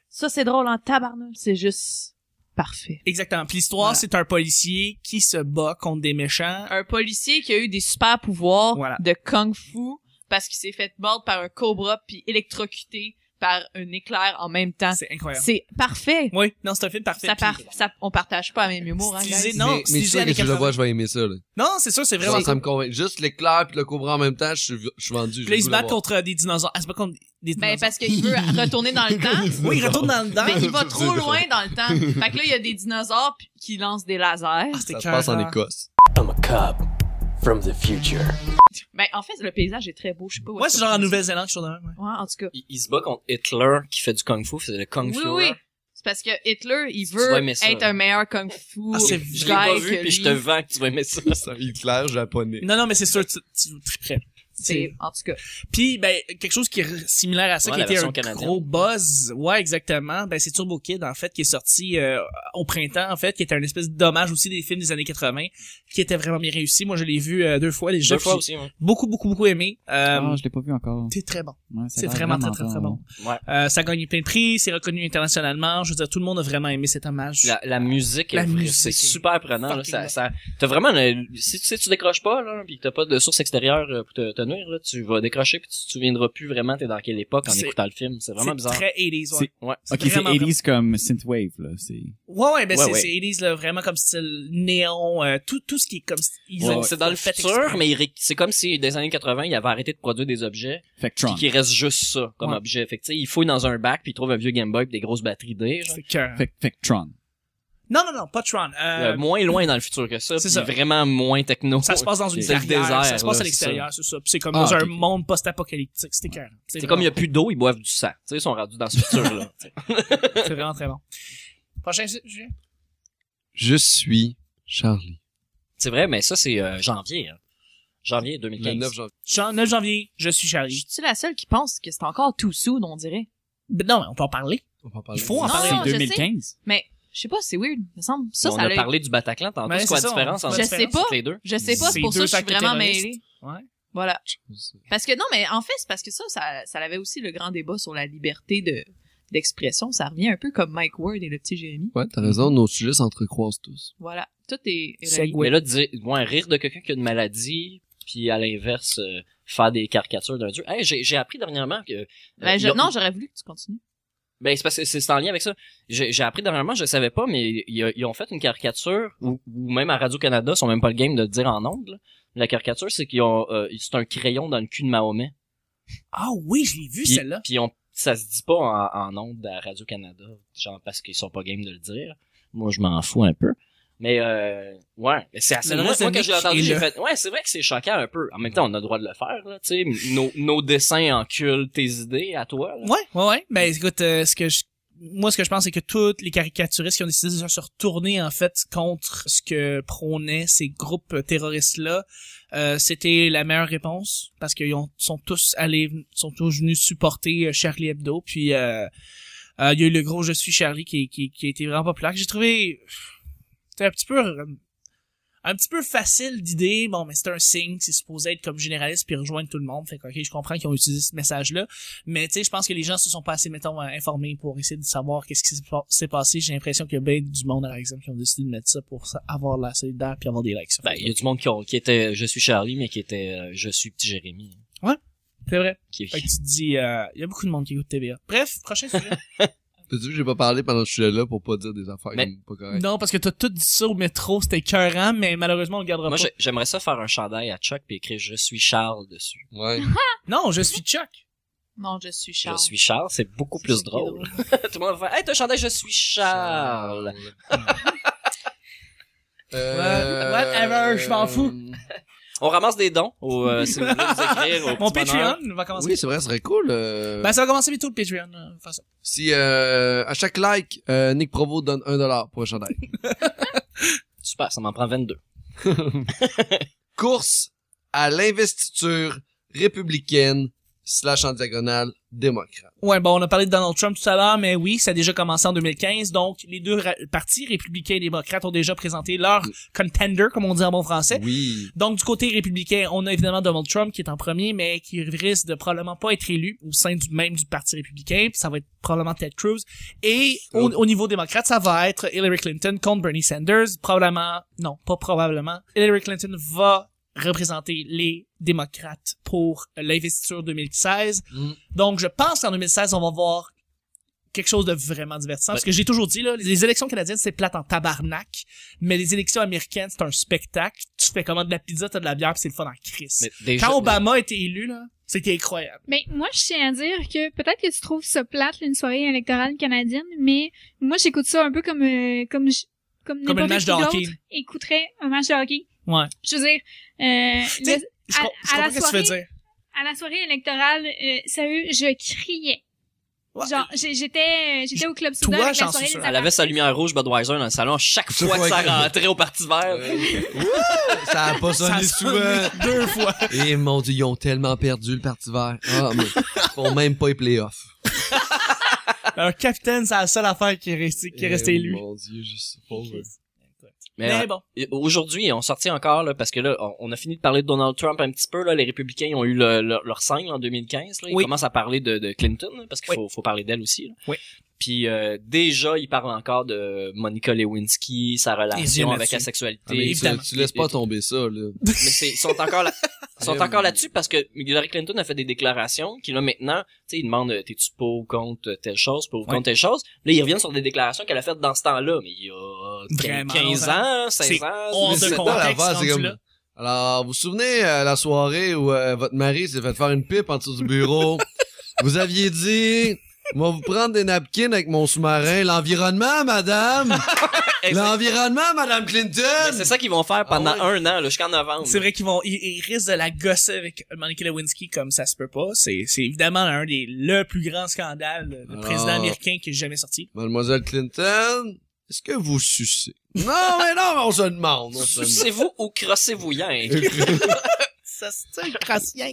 S6: Ça, c'est drôle en tabarnouche. C'est juste parfait.
S2: Exactement. Puis l'histoire,
S6: Voilà.
S2: c'est un policier qui se bat contre des méchants.
S6: Un policier qui a eu des super pouvoirs
S2: Voilà.
S6: de kung-fu parce qu'il s'est fait mordre par un cobra puis électrocuté par un éclair en même temps.
S2: C'est incroyable.
S6: C'est parfait.
S2: Oui, non, c'est un film parfait.
S6: Ah. Ça
S2: Puis-
S6: par- ça, on partage pas la même humour, hein,
S2: Stylisé,
S6: guys?
S2: Non,
S8: mais, mais
S2: c'est
S8: je suis sûr
S2: les
S8: que si je le
S2: 80.
S8: vois, je vais aimer ça, là.
S2: Non, c'est sûr, c'est
S8: Genre,
S2: vraiment.
S8: ça me convainc. Juste l'éclair puis le cobra en même temps, je suis, je suis
S2: Puis
S8: vendu. j'ai
S2: là,
S8: le
S2: ils se
S8: goût de
S2: battent
S8: voir.
S2: contre des dinosaures. Ah, c'est pas contre des
S6: Ben,
S2: dinosaures.
S6: parce qu'il veut retourner dans le temps.
S2: Oui, il retourne dans le
S6: Mais il va
S8: C'est
S6: trop
S8: drôle.
S6: loin dans le temps. Fait que là, il y a des dinosaures puis- qui lancent des lasers.
S2: Ah, c'était
S8: Ça se passe en
S2: écœurant.
S8: Écosse.
S9: I'm a cop from the future.
S6: Ben, en fait, le paysage est très beau. Je sais pas où
S2: Moi,
S6: est-ce
S2: c'est
S6: que-
S2: genre en Nouvelle-Zélande, je suis dans
S6: Ouais, en tout cas.
S4: Il, il se bat contre Hitler qui fait du Kung Fu, faisait le Kung
S6: Oui,
S4: Fu. hein.
S6: oui. C'est parce que Hitler, il
S4: Tu vas
S6: veut
S4: aimer ça.
S6: être un meilleur kung fu.
S2: Ah, c'est-
S6: guy
S4: Je l'ai pas
S6: que
S4: vu, puis je te
S6: lui.
S4: vends que tu vas aimer ça.
S8: C'est un éclair japonais.
S2: Non, non, mais c'est sûr, tu, tu triperais.
S6: C'est, en tout cas.
S2: Puis, ben, quelque chose qui est similaire à ça,
S4: Ouais,
S2: qui
S4: la
S2: était
S4: version
S2: un
S4: canadienne.
S2: gros buzz. Ouais, exactement. Ben, c'est Turbo Kid, en fait, qui est sorti euh, au printemps, en fait, qui était un espèce d'hommage aussi des films des années 80, qui était vraiment bien réussi. Moi, je l'ai vu euh, deux fois déjà.
S4: Deux fois
S2: puis
S4: aussi, hein. moi.
S2: j'ai Beaucoup, beaucoup, beaucoup aimé. Euh,
S5: Ah, je l'ai pas vu encore.
S2: c'est très bon.
S5: Ouais, ça
S2: C'est
S5: a l'air
S2: vraiment très, très, très bon.
S4: Ouais.
S2: Euh, ça a gagné plein de prix, c'est reconnu internationalement. Je veux dire, tout le monde a vraiment aimé cet hommage.
S4: La, la musique,
S2: La
S4: est vraie,
S2: musique
S4: c'est
S2: est
S4: super prenant. Là,
S2: fucking
S4: ça,
S2: bonne.
S4: ça, t'as vraiment, une- si tu sais, tu décroches pas, là, puis que t'as pas de source extérieure euh, pour te tenir, là, tu vas décrocher puis tu te souviendras plus vraiment t'es dans quelle époque en
S2: C'est-
S4: écoutant le film. C'est vraiment
S2: C'est
S4: bizarre.
S2: très 80s, ouais.
S5: C'est-
S4: Ouais.
S5: Ok, c'est
S2: Vraiment,
S5: 80s comme synthwave, là. C'est...
S2: Ouais, ouais, ben
S4: Ouais,
S2: c'est
S4: ouais.
S2: c'est 80s, là, vraiment comme style néon, euh, tout, tout ce qui est comme... Ils
S4: Ouais,
S2: ont
S4: c'est dans le
S2: fait
S4: futur,
S2: exprès.
S4: mais il ré- c'est comme si des années 80, il avait arrêté de produire des objets,
S5: Fait que
S4: puis
S5: Tron.
S4: qu'il reste juste ça comme
S2: Ouais.
S4: objet. Fait que, tu sais, il fouille dans un bac, puis il trouve un vieux Game Boy, puis des grosses batteries D. genre.
S2: C'est que-
S5: Fait, fait que Tron.
S2: Non, non, non, pas Tron. Euh,
S4: Euh, moins loin dans le futur que ça,
S2: c'est
S4: puis
S2: ça.
S4: vraiment moins techno.
S2: ça se passe dans une
S4: c'est le
S2: carrière,
S4: désert,
S2: ça se passe
S4: là,
S2: à l'extérieur, c'est ça. Puis c'est comme
S5: Ah,
S2: dans un
S5: ok, ok.
S2: monde post-apocalyptique, c'était écœurant.
S4: C'est comme il y a plus d'eau, ils boivent du sang. Tu sais, ils sont rendus dans ce futur-là. tu sais.
S2: vraiment- C'est vraiment très bon. Prochain sujet?
S8: Je suis Charlie.
S4: C'est vrai, mais ça, c'est euh, janvier. hein. Janvier
S8: Le
S4: 2015.
S8: 9 janvier.
S2: Jean- 9 janvier, je suis
S6: Je
S2: Charlie.
S6: suis la seule qui pense que c'est encore tout soon, on dirait.
S2: Ben non, mais on peut en parler.
S8: On va en
S2: Il faut en
S6: Non,
S2: parler.
S6: non,
S5: c'est
S6: je sais.
S5: 2015.
S6: Mais, je sais pas, c'est weird, il me semble. Ça,
S4: on
S6: ça
S4: a
S6: l'a-
S4: parlé du Bataclan tantôt.
S2: Ben,
S4: c'est quoi
S2: c'est
S4: la
S2: ça,
S4: différence
S2: on-
S4: entre
S6: Je sais
S2: différence
S6: pas.
S4: entre les deux?
S6: Je sais pas, c'est
S2: C'est
S6: pour ça
S2: deux
S6: que je suis
S2: actes
S6: vraiment
S2: terroristes.
S6: mêlée.
S2: Ouais.
S6: Voilà.
S8: chose.
S6: Parce que non, mais en fait, c'est parce que ça, ça, ça avait aussi le grand débat sur la liberté de, d'expression. Ça revient un peu comme Mike Ward et le petit Jérémy.
S8: Ouais, t'as raison,
S2: Mhm.
S8: nos sujets s'entrecroisent tous.
S6: Voilà. Tout est, est relié.
S4: Mais
S2: Segway.
S4: là, dire, ouais, rire de quelqu'un qui a une maladie, puis à l'inverse, euh, faire des caricatures d'un dieu. Hey, j'ai j'ai appris dernièrement que... euh,
S6: Ben, je-
S4: l'or-
S6: non, j'aurais voulu que tu continues.
S4: Ben, c'est parce que c'est c'est en lien avec ça. J'ai j'ai appris dernièrement, je le savais pas, mais ils, ils ont fait une caricature, ou, ou même à Radio-Canada, ils sont même pas le game de le dire en ondes. là. La caricature, c'est qu'ils ont... euh, c'est un crayon dans le cul de Mahomet.
S2: Ah oui, je l'ai vu,
S4: Puis-
S2: celle-là.
S4: Puis on, ça se dit pas en, en ondes à Radio-Canada, genre parce qu'ils sont pas game de le dire. Moi, je m'en fous un peu. Mais euh, ouais, mais c'est assez.
S2: Le
S4: Moi,
S2: reste
S4: moi,
S2: de
S4: quand j'ai
S2: Nick
S4: entendu,
S2: est
S4: j'ai
S2: là.
S4: fait, ouais, c'est vrai que c'est choquant un peu. En même temps, on a le droit de le faire, là, tu sais. Nos, nos dessins enculent tes idées à toi. là.
S2: Ouais, ouais, ouais. Ben écoute, euh, ce que je- moi ce que je pense c'est que toutes les caricaturistes qui ont décidé de se retourner en fait contre ce que prônaient ces groupes terroristes là, c'était la meilleure réponse parce qu'ils ont- sont tous allés, sont tous venus supporter euh, Charlie Hebdo. Puis euh, euh, il y a eu le gros Je suis Charlie qui qui, qui a été vraiment populaire. que J'ai trouvé c'était un petit peu euh, un petit peu facile d'idée. Bon, mais c'est un signe, c'est supposé être comme généraliste puis rejoindre tout le monde. Fait que ok, je comprends qu'ils ont utilisé ce message là. Mais tu sais, je pense que les gens se sont pas assez, mettons, euh, informés pour essayer de savoir qu'est-ce qui s'est pas- s'est passé. J'ai l'impression qu'il y a bien du monde, par exemple, qui ont décidé de mettre ça pour ça- avoir la solidaire puis avoir des likes. sur
S4: Ben, il y a
S2: Facebook.
S4: du monde qui, ont- qui était, je suis Charlie, mais qui était, euh, je suis petit Jérémy.
S2: C'est vrai.
S4: Qui,
S2: Fait que tu te dis, euh, il y a beaucoup de monde qui écoute TVA. Bref, prochain sujet.
S8: T'as vu, j'ai pas parlé pendant que je suis là pour pas dire des affaires
S4: Mais-
S8: comme pas correctes.
S2: non, parce que t'as tout dit ça au métro, c'était écœurant, mais malheureusement, on le gardera
S4: moi,
S2: pas.
S4: j'ai- j'aimerais ça faire un chandail à Chuck puis écrire je suis Charles dessus.
S8: Ouais.
S2: Non, je suis Chuck.
S6: Non, je suis Charles.
S4: Je suis Charles, c'est beaucoup
S6: C'est
S4: plus
S6: ça qui est
S4: drôle. tout le monde va faire, hey, t'as un chandail, je suis Charles.
S8: Euh,
S2: Whatever, je m'en fous.
S4: On ramasse des dons au, euh, si vous voulez nous écrire au
S2: Mon
S4: petit
S2: Patreon
S4: bonheur.
S2: va commencer.
S8: Oui, c'est vrai, ça serait cool. euh,
S2: Ben, ça va commencer bientôt le Patreon. euh, faire ça.
S8: Si euh, à chaque like, euh, Nick Provo donne un dollar pour un chandail.
S4: Super, ça m'en prend 22.
S8: Course à l'investiture républicaine slash en diagonale démocrate.
S2: Ouais, bon, on a parlé de Donald Trump tout à l'heure, mais oui, ça a déjà commencé en 2015. Donc, les deux ra- partis, républicains et démocrates, ont déjà présenté leur contender, comme on dit en bon français.
S8: Oui.
S2: Donc, du côté républicain, on a évidemment Donald Trump qui est en premier, mais qui risque de probablement pas être élu au sein du même du Parti républicain. Puis ça va être probablement Ted Cruz. Et au, au niveau démocrate, ça va être Hillary Clinton contre Bernie Sanders. Probablement, non, pas probablement. Hillary Clinton va représenter les démocrates pour l'investiture 2016.
S4: Mm.
S2: Donc, je pense qu'en 2016, on va voir quelque chose de vraiment divertissant. Parce que j'ai toujours dit, là, les élections canadiennes, c'est plate en tabarnak, mais les élections américaines, c'est un spectacle. Tu fais commander de la pizza, t'as de la bière, pis c'est le fun en crise.
S4: Mais déjà-
S2: Quand Obama a été élu, là, c'était incroyable.
S3: Mais moi, je tiens à dire que peut-être que tu trouves ça plate, là, une soirée électorale canadienne, mais moi, j'écoute ça un peu comme, euh, comme, j- comme
S2: Comme un
S3: n'importe
S2: match
S3: qui
S2: de hockey.
S3: d'autre écouterait un match de hockey.
S2: Ouais.
S3: Je veux dire, euh,
S2: sais,
S3: le-
S2: Je, com- je
S3: à la
S2: comprends ce que tu veux
S3: soirée-
S2: dire.
S3: à la soirée électorale, euh, sérieux, je criais.
S2: Ouais.
S3: Genre, j'ai- j'étais, euh, j'étais au club soudain
S2: Toi,
S3: avec
S2: j'en
S3: la
S2: suis
S3: soirée
S2: sûr.
S3: des
S4: Elle avait sa lumière rouge Budweiser dans le salon à chaque fois que
S8: fois
S4: ça
S8: que-
S4: rentrait au Parti
S8: Ah,
S4: vert.
S8: ça a pas
S2: Ça
S8: sonné
S2: sonne
S8: souvent.
S2: deux fois.
S8: Et mon dieu, ils ont tellement perdu le parti vert. Ah, mais ils font même pas les playoffs.
S2: Un capitaine, c'est la seule affaire qui est restée, qui est restée
S8: Eh,
S2: élue.
S8: Mon dieu, je sais pas. ouais.
S4: Mais,
S2: Mais bon.
S4: euh, aujourd'hui, on sortit encore là, parce que là, on- on a fini de parler de Donald Trump un petit peu. Là, les républicains ils ont eu le- le- leur scène en 2015. Là. Ils
S2: Oui.
S4: commencent à parler de, de Clinton là, parce qu'il
S2: Oui.
S4: faut, faut parler d'elle aussi. là.
S2: Oui.
S4: Puis euh, déjà, ils parlent encore de Monica Lewinsky, sa relation
S2: viennent
S4: avec
S2: là-dessus.
S4: la sexualité.
S8: Ah, mais tu,
S2: évidemment.
S8: tu laisses pas tomber ça, là.
S4: mais c'est- ils sont encore là, ils sont
S8: Ah,
S4: encore
S8: mais-
S4: là-dessus parce que Hillary Clinton a fait des déclarations qui là maintenant, tu sais, ils demandent euh, t'es-tu pour ou contre telle chose, pour ou contre telle chose. Là, ils reviennent sur des déclarations qu'elle a faites dans ce temps-là, mais il y a quin-
S2: Vraiment
S4: 15 ans, 16
S2: C'est
S4: ans.
S2: hors de
S4: 17 ans.
S8: Non,
S2: contexte
S8: l'affaire,
S2: rendu là.
S8: Alors, vous vous souvenez euh, la soirée où euh, votre mari s'est fait faire une pipe en dessous du bureau? vous aviez dit... Moi, vous prendre des napkins avec mon sous-marin. L'environnement, madame!
S4: Exact.
S8: L'environnement, madame Clinton!
S4: Mais C'est ça qu'ils vont faire pendant
S8: Ah
S4: un an, là, jusqu'en novembre.
S2: C'est vrai qu'ils vont, ils, ils risquent de la gosser avec Monica Lewinsky comme ça se peut pas. C'est, c'est évidemment un des, le plus grand scandale de
S8: Ah.
S2: président américain qui est jamais sorti.
S8: Mademoiselle Clinton, est-ce que vous sucez? non, mais non, mais on se demande. on se demande.
S4: Sucez-vous ou hein, crossez-vous yank.
S2: Ça, c'est un crassien.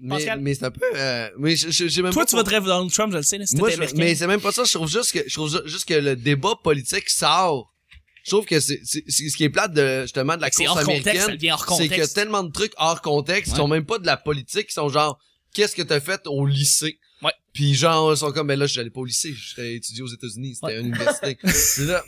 S8: mais
S2: Pascal.
S8: mais c'est un peu... euh, mais je- je- j'ai même
S2: Toi,
S8: pas
S2: tu voterais pour Donald Trump, je le sais, là, si
S8: Moi,
S2: t'étais
S8: je-
S2: américain.
S8: mais c'est même pas ça. Je trouve juste que, je trouve ju- juste que le débat politique sort. Je trouve que c'est, c'est, c'est- ce qui est plate de, justement, de la
S2: C'est
S8: course
S2: hors contexte, ça
S8: américaine.
S2: devient hors
S8: C'est qu'il y a
S2: contexte.
S8: tellement de trucs hors contexte qui sont même pas de la politique, qui sont genre, qu'est-ce que t'as fait au lycée?
S2: Ouais.
S8: Puis genre, ils sont comme, ben là, j'allais pas au lycée, j'étais étudié aux États-Unis, c'était
S2: Ouais.
S8: une université. Puis là,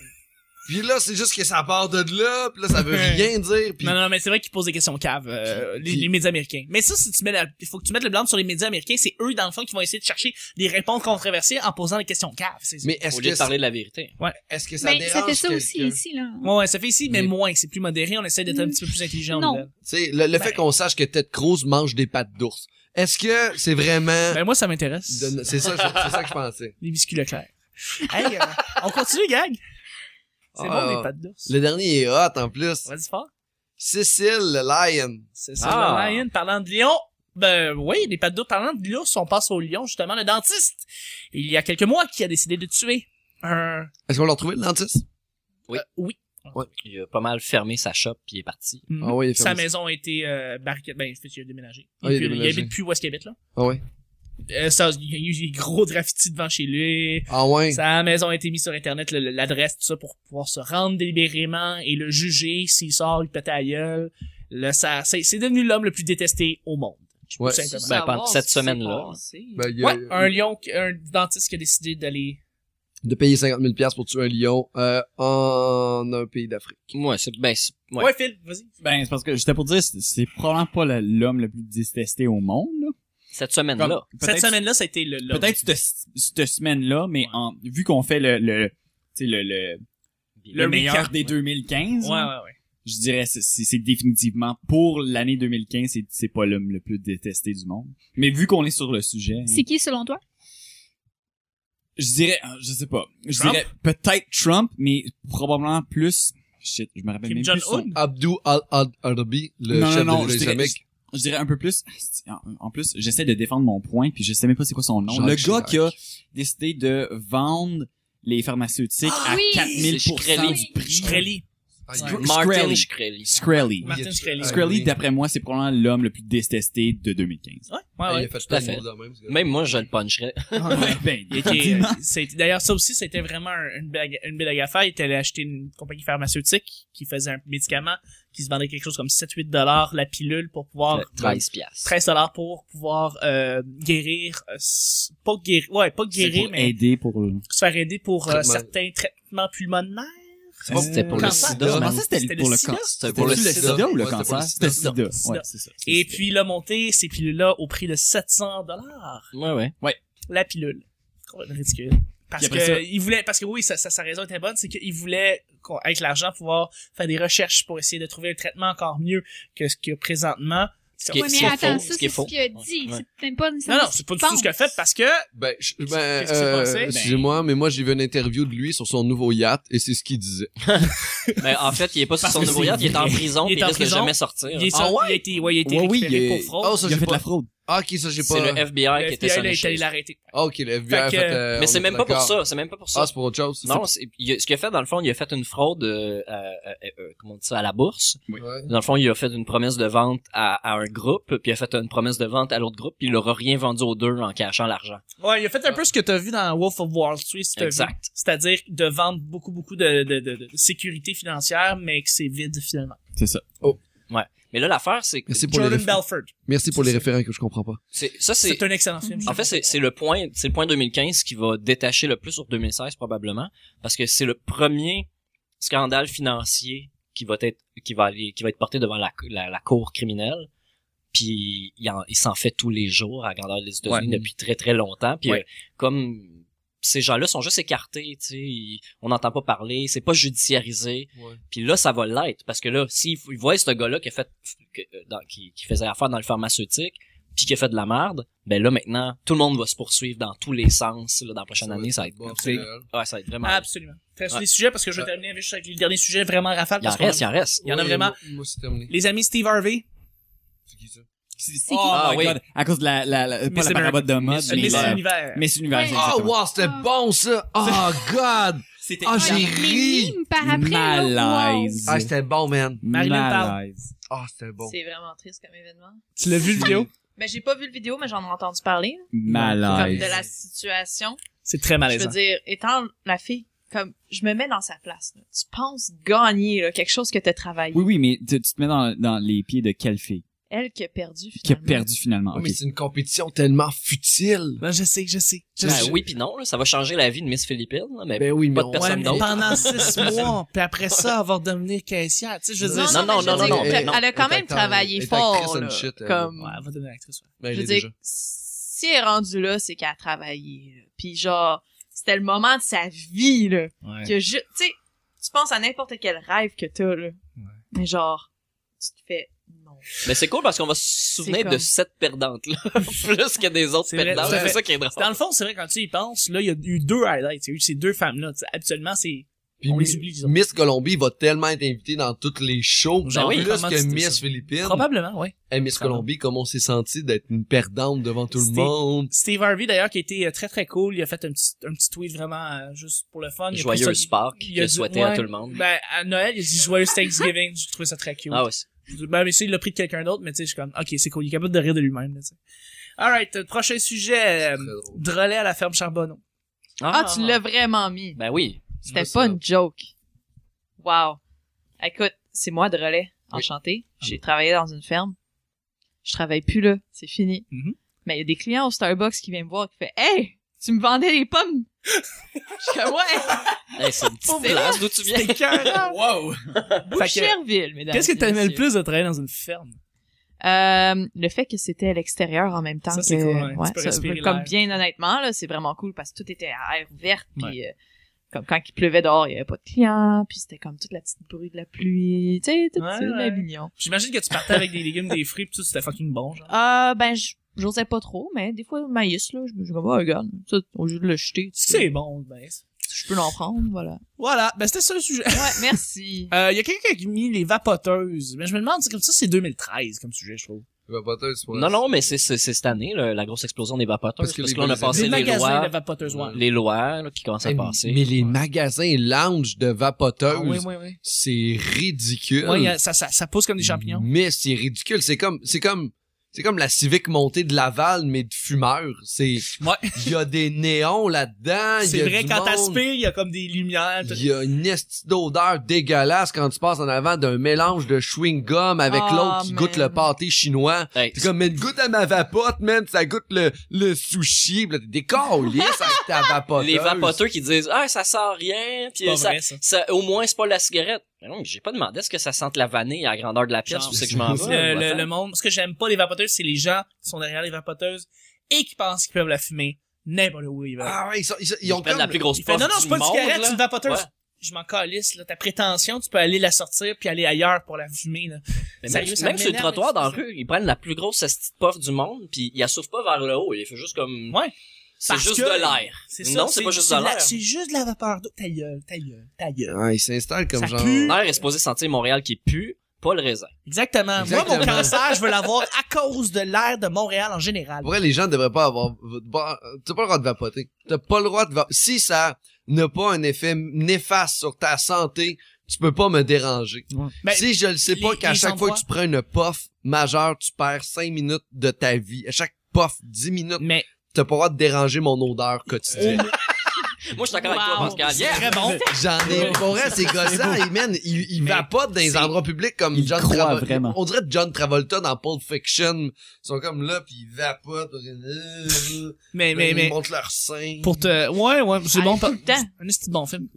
S8: puis là, c'est juste que ça part de là, puis là, ça veut rien dire, puis
S2: Non, non, mais c'est vrai qu'ils posent des questions caves, euh, les,
S8: Puis-
S2: les médias américains. Mais ça, si tu mets la, il faut que tu mettes le blâme sur les médias américains, c'est eux, dans le fond, qui vont essayer de chercher des réponses controversées en posant des questions caves. C'est,
S8: Mais
S4: Au
S8: est-ce
S4: lieu
S8: que,
S4: de parler de la vérité.
S8: est-ce que ça
S3: Mais
S8: dérange
S3: ça fait ça
S8: quelqu'un?
S3: aussi ici, là.
S2: Ouais, ouais, ça fait ici, mais
S8: Mais-
S2: moins, c'est plus modéré, on essaie d'être un petit peu plus intelligent.
S3: Non.
S2: là.
S8: Tu sais, le, le fait
S2: Ben-
S8: qu'on sache que Ted Cruz mange des pâtes d'ours, est-ce que c'est vraiment...
S2: Ben, moi, ça m'intéresse.
S8: de- C'est ça, c'est ça que je pensais.
S2: Les biscuits Leclerc. Hey, euh, on continue, gang! C'est
S8: Ah,
S2: bon, les pattes d'ours.
S8: Le dernier est hot en plus.
S2: Vas-y fort.
S8: Cécile le Lion.
S2: C'est ça,
S4: Ah.
S2: le lion. Parlant de lion, ben oui, les pattes d'ours. Parlant de lion, si on passe au lion, justement, le dentiste, il y a quelques mois, qui a décidé de tuer un...
S8: Est-ce qu'on l'a retrouvé, le dentiste?
S4: Oui.
S2: oui.
S4: Il a pas mal fermé sa shop puis il est parti.
S8: Ah oui, il est
S2: Sa
S8: fermé.
S2: maison a été euh, barricadée. Ben, en fait, il a déménagé.
S8: Ah,
S2: il,
S8: il a
S2: puis- il
S8: déménagé.
S2: habite plus où est-ce qu'il habite, là.
S8: Ah ouais.
S2: Euh, ça, il y a eu des gros graffitis devant chez lui.
S8: Ah ouais.
S2: Sa maison a été mise sur Internet, le- le- l'adresse, tout ça, pour pouvoir se rendre délibérément et le juger. S'il sort, il pète à la gueule. Là, ça, c'est, c'est devenu l'homme le plus détesté au monde. tout
S8: Ouais.
S2: simplement.
S4: Ben, pendant cette semaine-là.
S8: Ben, il y a-
S2: Ouais, un lion, qui- un dentiste qui a décidé d'aller...
S8: De payer 50 000 piastres pour tuer un lion euh, en un pays d'Afrique.
S4: Moi, c'est ben c'est-
S2: Ouais,
S4: ouais.
S2: Phil, vas-y.
S5: Ben, c'est parce que j'étais pour dire, c'est- c'est probablement pas la- l'homme le plus détesté au monde. là.
S4: cette semaine là.
S5: Comme-
S2: Cette
S5: peut-être-
S2: semaine-là, ça a été le... le-
S5: Peut-être cette, cette semaine-là, mais en, vu qu'on fait le, le, tu sais, le, le, le meilleur
S2: recap,
S5: des
S2: ouais.
S5: 2015,
S2: Ouais, ouais, ouais.
S5: je dirais c'est- c'est c'est définitivement pour l'année 2015, c'est- c'est pas l'homme le plus détesté du monde. Mais vu qu'on est sur le sujet,
S3: C'est qui, selon toi?
S5: je dirais, euh, je sais pas, je
S2: Trump?
S5: dirais peut-être Trump, mais probablement plus, shit, je me rappelle
S2: Kim
S5: même plus son-
S2: Jong-un?
S8: Abdou al-Arabi, le
S5: Non,
S8: chef
S5: non, non,
S8: de l'État
S5: je dirais-
S8: islamique.
S5: je dirais un peu plus. Asti, en- En plus, j'essaie de défendre mon point, puis je sais même pas c'est quoi son nom.
S8: Jacques
S5: le gars
S8: Chirac.
S5: qui a décidé de vendre les pharmaceutiques
S3: Ah
S5: à
S3: oui!
S5: 4000%
S4: C'est Shkreli.
S5: du prix.
S2: Shkreli.
S8: Scr-
S4: Martin
S5: Shkreli.
S4: Shkreli.
S5: Screlly.
S2: Martin
S8: Ah, Il a-
S2: Shkreli.
S8: Ah,
S5: Screlly,
S8: oui.
S5: d'après moi, c'est probablement l'homme le plus détesté de 2015.
S2: Ouais, ouais,
S8: Ah, Il
S2: ouais.
S8: a fait
S4: tout à
S8: plein de
S4: fait.
S8: choses de même, ce gars.
S4: Même moi, je le puncherais.
S5: ben,
S2: Il était, euh, c'est- D'ailleurs, ça aussi, c'était vraiment une blague, une blague à faire. Il était allé acheter une compagnie pharmaceutique qui faisait un médicament qui se vendait quelque chose comme 7-8 dollars la pilule pour pouvoir...
S4: 13 piastres.
S2: 13 dollars pour pouvoir euh, guérir, euh, s- pas guérir, ouais, pas
S5: c'est
S2: guérir,
S5: pour
S2: mais
S5: aider pour... euh,
S2: se faire aider pour euh,
S8: Traitement.
S2: certains traitements pulmonaires.
S4: C'était pour
S5: euh,
S4: le
S2: cancer.
S4: sida.
S5: Je
S4: man.
S5: pensais que c'était
S2: C'était
S5: pour
S2: le
S5: le
S2: sida.
S5: cancer.
S4: C'était pour le
S5: C'était-tu
S4: sida.
S5: ou le
S8: Ouais, c'était pour le sida.
S5: cancer? C'était le sida.
S2: Le sida.
S5: Ouais, c'est ça.
S2: Et puis, il a monté ces pilules-là au prix de 700 dollars.
S4: Ouais, ouais.
S2: La pilule. Complètement ridicule. Parce
S5: Puis
S2: que,
S5: après ça-
S2: il voulait, parce que oui, sa, sa, sa raison était bonne, c'est qu'il voulait, qu'on- avec l'argent, pouvoir faire des recherches pour essayer de trouver un traitement encore mieux que ce qu'il y a présentement. Ouais,
S4: Ce qui est,
S3: Ouais,
S4: ce
S3: mais
S4: qui est
S3: attends,
S4: faux. ce
S3: ça,
S4: qui
S3: c'est
S4: est
S3: ce
S4: faux.
S3: qu'il a dit.
S4: Ouais.
S3: C'est peut-être pas
S2: Non,
S3: nécessairement
S2: non,
S3: ce
S2: c'est
S3: qu'il
S2: pas du tout ce qu'il a fait
S3: pense.
S2: parce que,
S8: Ben, je- ben,
S2: Qu'est-ce qui s'est
S8: euh,
S2: passé?
S8: excusez-moi, mais moi, j'ai vu une interview de lui sur son nouveau yacht, et c'est ce qu'il disait.
S4: Mais en fait, il est pas sur
S2: Parce
S4: son
S2: que
S4: nouveau
S2: c'est
S4: yacht, il est en
S2: vrai.
S4: prison,
S2: Il est
S4: puis il
S2: en
S4: risque de
S2: prison.
S4: jamais sortir. Ah
S2: il, est sorti- il a été, ouais, il a été
S5: Ouais, oui,
S2: récupéré
S5: il
S2: pour
S5: est-
S8: Ah,
S2: fraude.
S8: ça,
S5: Il a
S8: j'ai
S5: fait de
S8: pas-
S5: la fraude.
S8: Ah, ok, ça, j'ai pas...
S4: C'est le FBI
S2: Le
S4: qui était
S2: FBI, là,
S4: sur le
S2: est allé l'arrêter.
S8: Ah, ok, le FBI a
S2: que-
S8: fait... euh,
S4: Mais
S8: on
S4: c'est
S8: est
S4: même pas pour
S8: d'accord.
S4: ça, c'est même pas pour ça.
S8: Ah, c'est pour autre chose.
S4: Non, c'est- il a- ce qu'il a fait, dans le fond, il a fait une fraude, euh, euh, euh, euh, comment on dit ça, à la bourse.
S8: Ouais.
S4: Dans le fond, il a fait une promesse de vente à, à un groupe, puis il a fait une promesse de vente à l'autre groupe, puis il aura rien vendu aux deux en cachant l'argent.
S2: Ouais, il a fait un peu ce que t'as vu dans Wolf of Wall Street, si t'as vu.
S4: Exact.
S2: C'est-à-dire de vendre beaucoup, beaucoup de, de, de, de sécurité financière, mais que c'est vide finalement.
S5: C'est ça.
S4: Mais là, l'affaire, c'est que
S8: Merci pour, les
S2: Jordan
S8: réf-
S2: Belford.
S8: Merci pour les référents que je comprends pas.
S4: c'est- ça, c'est
S2: C'est un excellent film.
S4: En fait, c'est c'est le point, c'est le point 2015 qui va détacher le plus sur 2016 probablement, parce que c'est le premier scandale financier qui va être, qui va aller, qui va être porté devant la, la, la cour criminelle. Puis il en- il s'en fait tous les jours à la grandeur des États-Unis depuis très très longtemps. Puis
S5: Ouais.
S4: euh, comme ces gens-là sont juste écartés, tu sais, ils- on n'entend pas parler, c'est pas judiciarisé.
S8: Ouais.
S4: Puis là, ça va l'être parce que là, s'ils ils voient ce gars-là qui a fait, que- euh, dans- qui, qui faisait affaire dans le pharmaceutique, puis qui a fait de la merde, ben là maintenant, tout le monde va se poursuivre dans tous les sens. Là, dans la prochaine année, ça va être,
S8: Bon,
S4: tu sais,
S8: c'est-
S4: ouais, ça va être vraiment.
S2: Absolument. Très sur
S4: Ouais.
S2: les sujets parce que je vais
S8: Ouais.
S2: terminer avec- juste avec le dernier sujet vraiment rafale.
S4: Il en
S2: Parce
S4: reste, il
S2: qu'on a-
S4: en reste.
S2: Il y en a
S8: Ouais,
S2: vraiment.
S8: moi- Moi, c'est terminé.
S2: Les amis Steve Harvey.
S8: C'est qui ça?
S5: C'est
S2: qui? Oh
S5: Ah
S4: Ah,
S5: oui.
S4: oui.
S5: À cause de la, la, la- pas
S2: Miss
S5: la parabole de mode,
S4: Miss
S5: mais
S2: Miss
S5: la-
S2: Univers.
S5: Miss Univers,
S3: Ouais.
S8: Ah,
S5: exactement.
S8: wow, c'était
S3: Ah.
S8: bon, ça! Oh, God!
S5: C'était
S8: Ah,
S3: Ouais,
S8: j'ai
S3: les
S8: ri.
S3: mimes par après, là, wow.
S5: malaise.
S8: Ah, c'était bon, man.
S2: Marilyn parle.
S5: Malaise.
S8: Ah, c'était bon.
S6: C'est vraiment triste comme événement.
S2: Tu l'as vu le vidéo?
S6: Ben, j'ai pas vu le vidéo, mais j'en ai entendu parler, là, comme
S5: Malaise.
S6: de la situation.
S2: C'est très
S6: Je veux
S2: malaisant.
S6: dire, étant la fille, comme, je me mets dans sa place, là. Tu penses gagner, là, quelque chose que t'as travaillé.
S5: Oui, oui, mais tu, tu te mets dans, dans les pieds de quelle fille
S6: Elle qui a perdu,
S5: qui a
S6: finalement.
S5: perdu finalement.
S8: Oh,
S5: ok.
S8: Mais c'est une compétition tellement futile.
S2: Non, je sais, je sais. Je
S4: Ben
S2: sais.
S4: oui puis non, là, ça va changer la vie de Miss Philippine, là, mais
S8: Ben oui, mais
S4: Pas de
S8: on-
S2: Ouais,
S4: personne
S2: mais
S4: d'autre.
S2: pendant six mois, puis après ça, avoir devenir caissière. Tu sais, je veux
S6: Non,
S2: dire,
S6: non,
S4: non,
S6: mais je
S4: non,
S6: veux dire,
S4: non,
S6: elle-
S4: non.
S6: Elle a quand
S8: Elle est
S6: même
S8: acteur- elle
S6: travaillé
S8: est actrice
S6: fort,
S8: and
S6: là,
S8: shit, elle.
S6: comme,
S2: Ouais, elle va devenir actrice. ouais.
S8: Ben,
S6: je
S8: il
S6: veux
S8: est
S6: dire,
S8: déjà.
S6: si elle est rendue là, c'est qu'elle a travaillé, là. Puis genre, c'était le moment de sa vie, là. Que je, tu sais, tu penses à n'importe quel rêve que t'as, là. Mais genre, tu te fais, non.
S4: mais c'est cool parce qu'on va se souvenir
S6: C'est comme-
S4: de cette perdante là, plus que des autres
S2: C'est vrai,
S4: perdantes.
S2: tout à
S4: C'est
S2: fait.
S4: ça qui est drôle.
S2: Dans le fond, c'est vrai, quand tu y penses, là, il y a eu deux highlights. Il y a eu ces deux femmes-là. Tu sais, Habituellement, c'est...
S8: Puis
S2: on les
S8: Mi-
S2: oublie, disons.
S8: Miss Colombie va tellement être invitée dans toutes les shows.
S2: Ben
S8: Genre
S2: oui,
S8: plus
S2: comment
S8: que
S2: c'était
S8: Miss
S2: ça?
S8: Philippine.
S2: Probablement, oui.
S8: Et Miss
S2: Probable.
S8: Colombie, comme on s'est senti d'être une perdante devant tout le
S2: C'était-
S8: monde.
S2: Steve Harvey, d'ailleurs, qui était euh, très, très cool. Il a fait un petit, un petit tweet vraiment euh, juste pour le fun. Il a pris
S4: Joyeuse
S2: ça-
S4: Pâques
S2: il
S4: qu'il
S2: a
S4: a
S2: dit-
S4: souhaité
S2: ouais.
S4: à tout le monde.
S2: Ben, à Noël, il a dit Joyeux Thanksgiving. J'ai trouvé ça très cute.
S4: Ah ouais. c'est-
S2: Ben, mais ça, il l'a pris de quelqu'un d'autre, mais tu sais, je suis comme, ok, c'est cool. Il est capable de rire de lui-même, là, tu sais. Alright, euh, prochain sujet, euh,
S8: Très drôle.
S2: Drolet à la ferme Charbonneau.
S6: Ah, tu l'as vraiment mis.
S4: Ben oui.
S6: C'était
S8: ça.
S6: pas une joke. Wow. Écoute, c'est moi de relais. Enchanté.
S2: Ah
S6: J'ai travaillé dans une ferme. Je travaille plus là. C'est fini.
S2: Mhm.
S6: Mais il y a des clients au Starbucks qui viennent me voir qui fait Hey! Tu me vendais des pommes! Je suis comme, ouais!
S4: Hey, c'est une petite
S6: C'est
S4: place d'où tu viens.
S2: wow!
S6: Boucherville, mesdames.
S2: Qu'est-ce que
S6: et
S2: t'aimais le
S6: messieurs.
S2: plus de travailler dans une ferme?
S6: Euh, le fait que c'était à l'extérieur en même temps
S2: Ça,
S6: que
S2: c'est cool, ouais. Tu peux
S6: ça,
S2: respirer
S6: comme
S2: l'air.
S6: bien honnêtement là c'est vraiment cool parce que tout était à air verte puis euh, comme quand il pleuvait dehors il y avait pas de clients puis c'était comme toute la petite bruit de la pluie tu sais tout
S2: Ouais,
S6: ça
S2: ouais.
S6: la mignon
S2: J'imagine que tu partais avec des légumes, des fruits, pis tout, c'était fucking bon, genre.
S6: euh, ben j- j'osais pas trop mais des fois le maïs là je me dis comme oh, regarde ça au lieu de le jeter tu sais,
S2: C'est bon, ben. c'est-
S6: je peux l'en prendre voilà
S2: Voilà, ben c'était ça le sujet.
S6: ouais merci
S2: Ben, Euh, Il y a quelqu'un qui a mis les vapoteuses. Mais je me demande, c'est comme ça, c'est 2013 comme sujet, je trouve.
S8: Vapoteuse, c'est pas-
S4: Non, non, mais c'est, c'est, c'est cette année, là, la grosse explosion des vapoteurs.
S8: Parce
S4: Parce
S8: que
S4: que,
S8: les
S4: là, on a
S8: magasins-
S4: passé
S2: Les
S4: Ah, les
S2: magasins
S4: lois,
S2: de vapoteuses, ouais.
S4: les lois là, qui commencent à
S8: Hey,
S4: passer.
S8: Eh, Mais les magasins lounge de vapoteuses,
S2: Ah, oui, oui, oui.
S8: c'est ridicule.
S2: Ouais, il y a- ça, ça, ça pousse
S4: Mm.
S2: comme des champignons.
S8: Mais c'est ridicule. C'est comme, c'est comme, c'est comme la civique montée de Laval, mais de fumeurs. C'est,
S2: Ouais.
S8: il y a des néons là-dedans. il Ah, y
S2: C'est
S8: a
S2: vrai,
S8: du
S2: quand
S8: monde,
S2: t'aspires, il y a comme des lumières. tout-
S8: Il y a une esti d'odeur dégueulasse quand tu passes en avant d'un mélange de chewing-gum avec
S6: Ah,
S8: l'autre qui goûte
S6: man.
S8: le pâté chinois.
S4: Hey,
S8: T'es comme, mais goûte à ma vapote, man, ça goûte le, le sushi, pis là, t'es des câlisses avec ta vapoteuse.
S4: les vapoteurs qui disent ah ça sent rien puis
S2: pas
S4: euh, ça,
S2: vrai, ça.
S4: ça- au moins c'est pas la cigarette mais non mais j'ai pas demandé est-ce que ça sente la vanille à la grandeur de la pièce
S2: Genre,
S4: ou c'est que je m'en vais
S2: le, le-
S4: moi,
S2: le monde. Ce que j'aime pas les vapoteuses, c'est les gens qui sont derrière les vapoteuses et qui pensent qu'ils peuvent la fumer n'importe où ils veulent.
S8: Ah ouais, ils, sont- ils, sont- ils
S4: ils
S8: ont
S4: prennent
S8: comme...
S4: la plus grosse
S2: Il fait, non, non,
S4: puff
S2: c'est
S4: du
S2: pas une
S4: monde,
S2: cigarette,
S4: là.
S2: c'est une vapoteuse.
S4: Ouais.
S2: Je m'en calisse, là. Ta prétention, tu peux aller la sortir puis aller ailleurs pour la fumer, là.
S4: Mais
S2: Sérieux,
S4: même,
S2: ça
S4: même
S2: m'énerve,
S4: sur le trottoir
S2: mais
S4: dans la
S2: c'est-
S4: rue ils prennent la plus grosse petite puff du monde puis ils la souffrent pas vers le haut ils font juste comme
S2: Ouais.
S4: c'est
S2: Parce
S4: juste
S2: que-
S4: de l'air
S2: ça,
S4: non c'est pas juste de
S2: la-
S4: l'air
S2: C'est juste de la vapeur d'eau. Ta gueule, ta gueule, ta gueule.
S8: Ouais, ils s'installent comme
S2: Ça
S8: genre...
S2: pue.
S4: l'air est supposé sentir Montréal qui pue pas le raisin
S2: Exactement. Moi, mon
S8: Exactement.
S2: cancer, je veux l'avoir à cause de l'air de Montréal en général.
S8: Pour vrai, les gens devraient pas avoir... bah, T'as pas le droit de vapoter. T'as pas le droit de vapoter. Si ça n'a pas un effet néfaste sur ta santé, tu peux pas me déranger.
S2: Mais
S8: si je le sais pas
S2: Ben, les-
S8: qu'à
S2: les
S8: chaque fois que
S2: endroits-
S8: tu prends une puff majeure, tu perds 5 minutes de ta vie. À chaque puff, 10 minutes,
S2: mais
S8: t'as pas le droit de déranger mon odeur
S2: Oh.
S8: quotidienne.
S4: moi je suis d'accord avec toi
S6: Wow.
S4: Pascal
S2: c'est
S4: yeah
S2: très bon.
S8: J'en ai pour vrai, c'est gossant, et man, il, il
S2: Mais
S8: vapote dans les
S2: c'est-
S8: endroits publics comme
S5: Il
S8: John
S5: croit
S8: Travolta.
S5: vraiment.
S8: On dirait John Travolta dans Pulp Fiction. Ils sont comme là, puis ils vapotent. euh,
S2: Mais, mais,
S8: Ils
S2: mais.
S8: montent leur sein.
S2: Pour te. Ouais, ouais, c'est
S6: Ah,
S2: bon.
S6: tout le temps.
S2: Un petit bon film.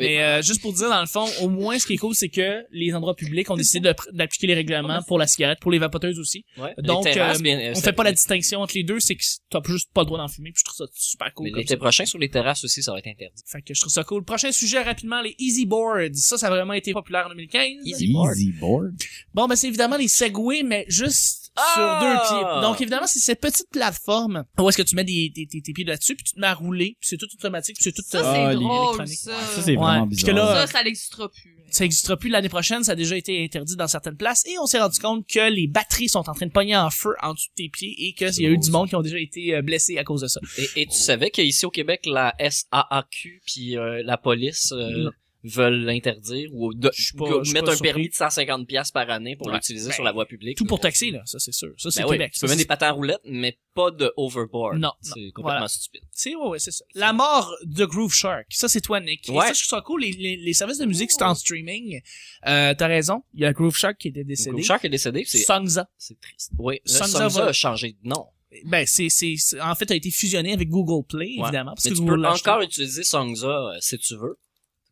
S2: Mais euh, juste pour dire, dans le fond, au moins, ce qui est cool, c'est que les endroits publics ont décidé de pr- d'appliquer les règlements pour la cigarette, pour les vapoteuses aussi.
S4: Ouais.
S2: Donc,
S4: Les terrasses,
S2: euh,
S4: bien, euh,
S2: On fait
S4: c'est-
S2: pas la distinction entre les deux, c'est que t'as juste pas le droit d'en fumer, puis je trouve ça super cool.
S4: mais
S2: comme
S4: l'été prochain sur les terrasses aussi ça va être interdit
S2: Fait que je trouve ça cool. Prochain sujet rapidement, les Easy Boards. Ça, ça a vraiment été populaire en 2015.
S4: Easy board.
S5: Easy board.
S2: Bon, ben c'est évidemment les Segway, mais juste
S4: Ah!
S2: sur deux pieds. Donc évidemment, c'est cette petite plateforme où est-ce que tu mets des, tes- tes- tes pieds là-dessus, puis tu te mets à rouler, puis c'est tout automatique, puis c'est tout...
S6: Ça,
S2: euh,
S5: Ah,
S6: c'est
S5: les
S6: drôle,
S2: électroniques.
S6: ça.
S5: Ça, c'est vraiment
S2: Puis
S5: bizarre.
S2: que là,
S6: Ça, ça n'existera plus.
S2: ça n'existera plus l'année prochaine, ça a déjà été interdit dans certaines places, et on s'est rendu compte que les batteries sont en train de pogner en feu en dessous de tes pieds, et qu'il y a eu
S8: drôle,
S2: du monde qui ont déjà été euh, blessés à cause de ça.
S4: Et, et tu savais qu'ici au Québec, la SAAQ puis euh, la police euh, veulent l'interdire ou de,
S2: Je suis pas- je suis
S4: mettre
S2: pas
S4: un
S2: surpris.
S4: permis de 150 pièces par année pour
S2: Ouais.
S4: l'utiliser
S2: Ben,
S4: sur la voie publique.
S2: Tout pour taxer, là, ça c'est sûr. Ça c'est
S4: Ben oui,
S2: Québec.
S4: tu
S2: Ça,
S4: peux mettre
S2: c'est-
S4: des patins à roulettes, mais pas de overboard.
S2: Non,
S4: C'est complètement
S2: Voilà.
S4: stupide.
S2: C'est ouais, ouais, c'est ça. La mort de Groove Shark. Ça, c'est toi, Nick. Et
S4: Ouais.
S2: ça, je trouve ça cool. Les, les, les services de musique, c'est en streaming. Euh, t'as raison. Il y a Groove Shark qui était décédé.
S4: Cool. Shark est décédé, c'est
S2: Songza.
S4: c'est triste. Oui, le
S2: Sonza
S4: Sonza
S2: va-
S4: a changé de nom.
S2: Ben, c'est, c'est, c'est- en fait, a été fusionné avec Google Play,
S4: Ouais.
S2: évidemment. Parce
S4: Mais
S2: que
S4: tu
S2: Google
S4: peux
S2: l'a acheté.
S4: encore utiliser Songza euh, si tu veux.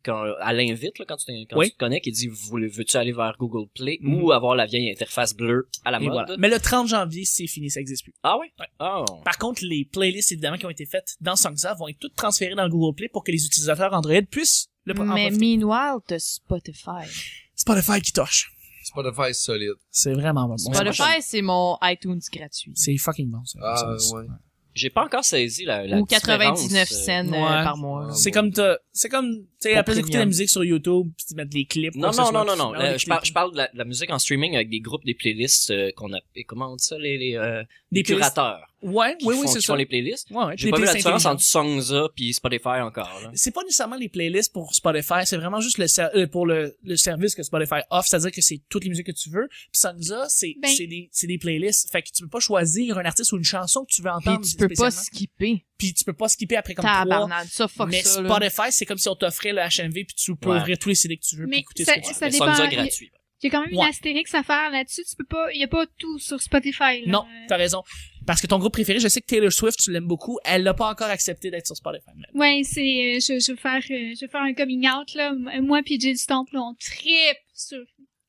S4: Quand, euh, elle l'invite là, quand, tu, t'in- quand
S2: Oui.
S4: tu te connectes, il dit voulez- veux-tu aller vers Google Play
S2: Mhm.
S4: ou avoir la vieille interface bleue à la
S2: Et
S4: mode
S2: voilà. Mais le 30 janvier, c'est fini, ça existe plus.
S4: Ah oui?
S2: Ouais.
S4: Oh.
S2: Par contre, les playlists, évidemment, qui ont été faites dans Songza vont être toutes transférées dans Google Play pour que les utilisateurs Android puissent le ah, en
S6: Mais
S2: profiter.
S6: meanwhile, t'as Spotify.
S2: Spotify qui torche.
S8: Spotify solide.
S2: C'est vraiment bon.
S6: Spotify, c'est mon iTunes gratuit.
S2: C'est fucking bon, ça.
S8: Ah,
S2: Ça, ça.
S8: ouais.
S4: J'ai pas encore saisi la, la
S6: Ou 99
S4: différence, euh,
S6: cents euh,
S2: Ouais.
S6: par mois.
S4: Ah,
S2: C'est comme t'as, c'est comme, tu sais,
S5: Pas
S2: après d'écouter
S5: premium.
S2: la musique sur YouTube, pis de mettre les clips.
S4: Non,
S2: pour que
S4: non,
S2: ça
S4: non,
S2: soit-
S4: non, non.
S2: Ah,
S4: Euh,
S2: les
S4: je, par-
S2: clips.
S4: je parle de la, de la musique en streaming avec des groupes, des playlists euh, qu'on a... et Comment on dit ça? Les, les, euh,
S2: Des
S4: les curateurs.
S2: playlists. Ouais,
S4: qui
S2: oui, oui,
S4: font-
S2: c'est
S4: qui
S2: ça.
S4: font les playlists.
S2: Ouais, ouais,
S4: J'ai
S2: les
S4: pas vu la
S2: playlists
S4: différence entre
S2: intelligentes.
S4: Songza puis Spotify encore. Là.
S2: C'est pas nécessairement les playlists pour Spotify, c'est vraiment juste le ser- euh, pour le, le service que Spotify offre, c'est-à-dire que c'est toutes les musiques que tu veux. Puis Sansa, c'est
S3: Ben.
S2: c'est des c'est des playlists, fait que tu peux pas choisir un artiste ou une chanson que tu veux
S6: Puis
S2: entendre.
S6: tu peux pas
S2: spécialement.
S6: skipper.
S2: Puis tu peux pas skipper après comme trois.
S6: Tabarnak, ça, fuck
S2: Mais
S6: ça, là.
S2: Spotify, c'est comme si on t'offrait le HMV puis tu peux
S4: Ouais.
S2: ouvrir tous les CD que tu veux puis
S3: Mais
S2: écouter ce
S3: ça-
S2: que tu veux.
S4: Mais
S3: dépend-
S4: Songza
S3: il-
S4: gratuit.
S3: Il y a quand même une
S2: Ouais.
S3: astérix à faire là-dessus. Tu peux pas, il y a pas tout sur Spotify. là.
S2: Non, t'as raison. Parce que ton groupe préféré, je sais que Taylor Swift, tu l'aimes beaucoup, elle l'a pas encore accepté d'être sur Spotify. mais-
S3: Ouais, c'est, euh, je, je vais faire, euh, je vais faire un coming out là. M- euh, Moi puis Jill Stomp, là, on tripe sur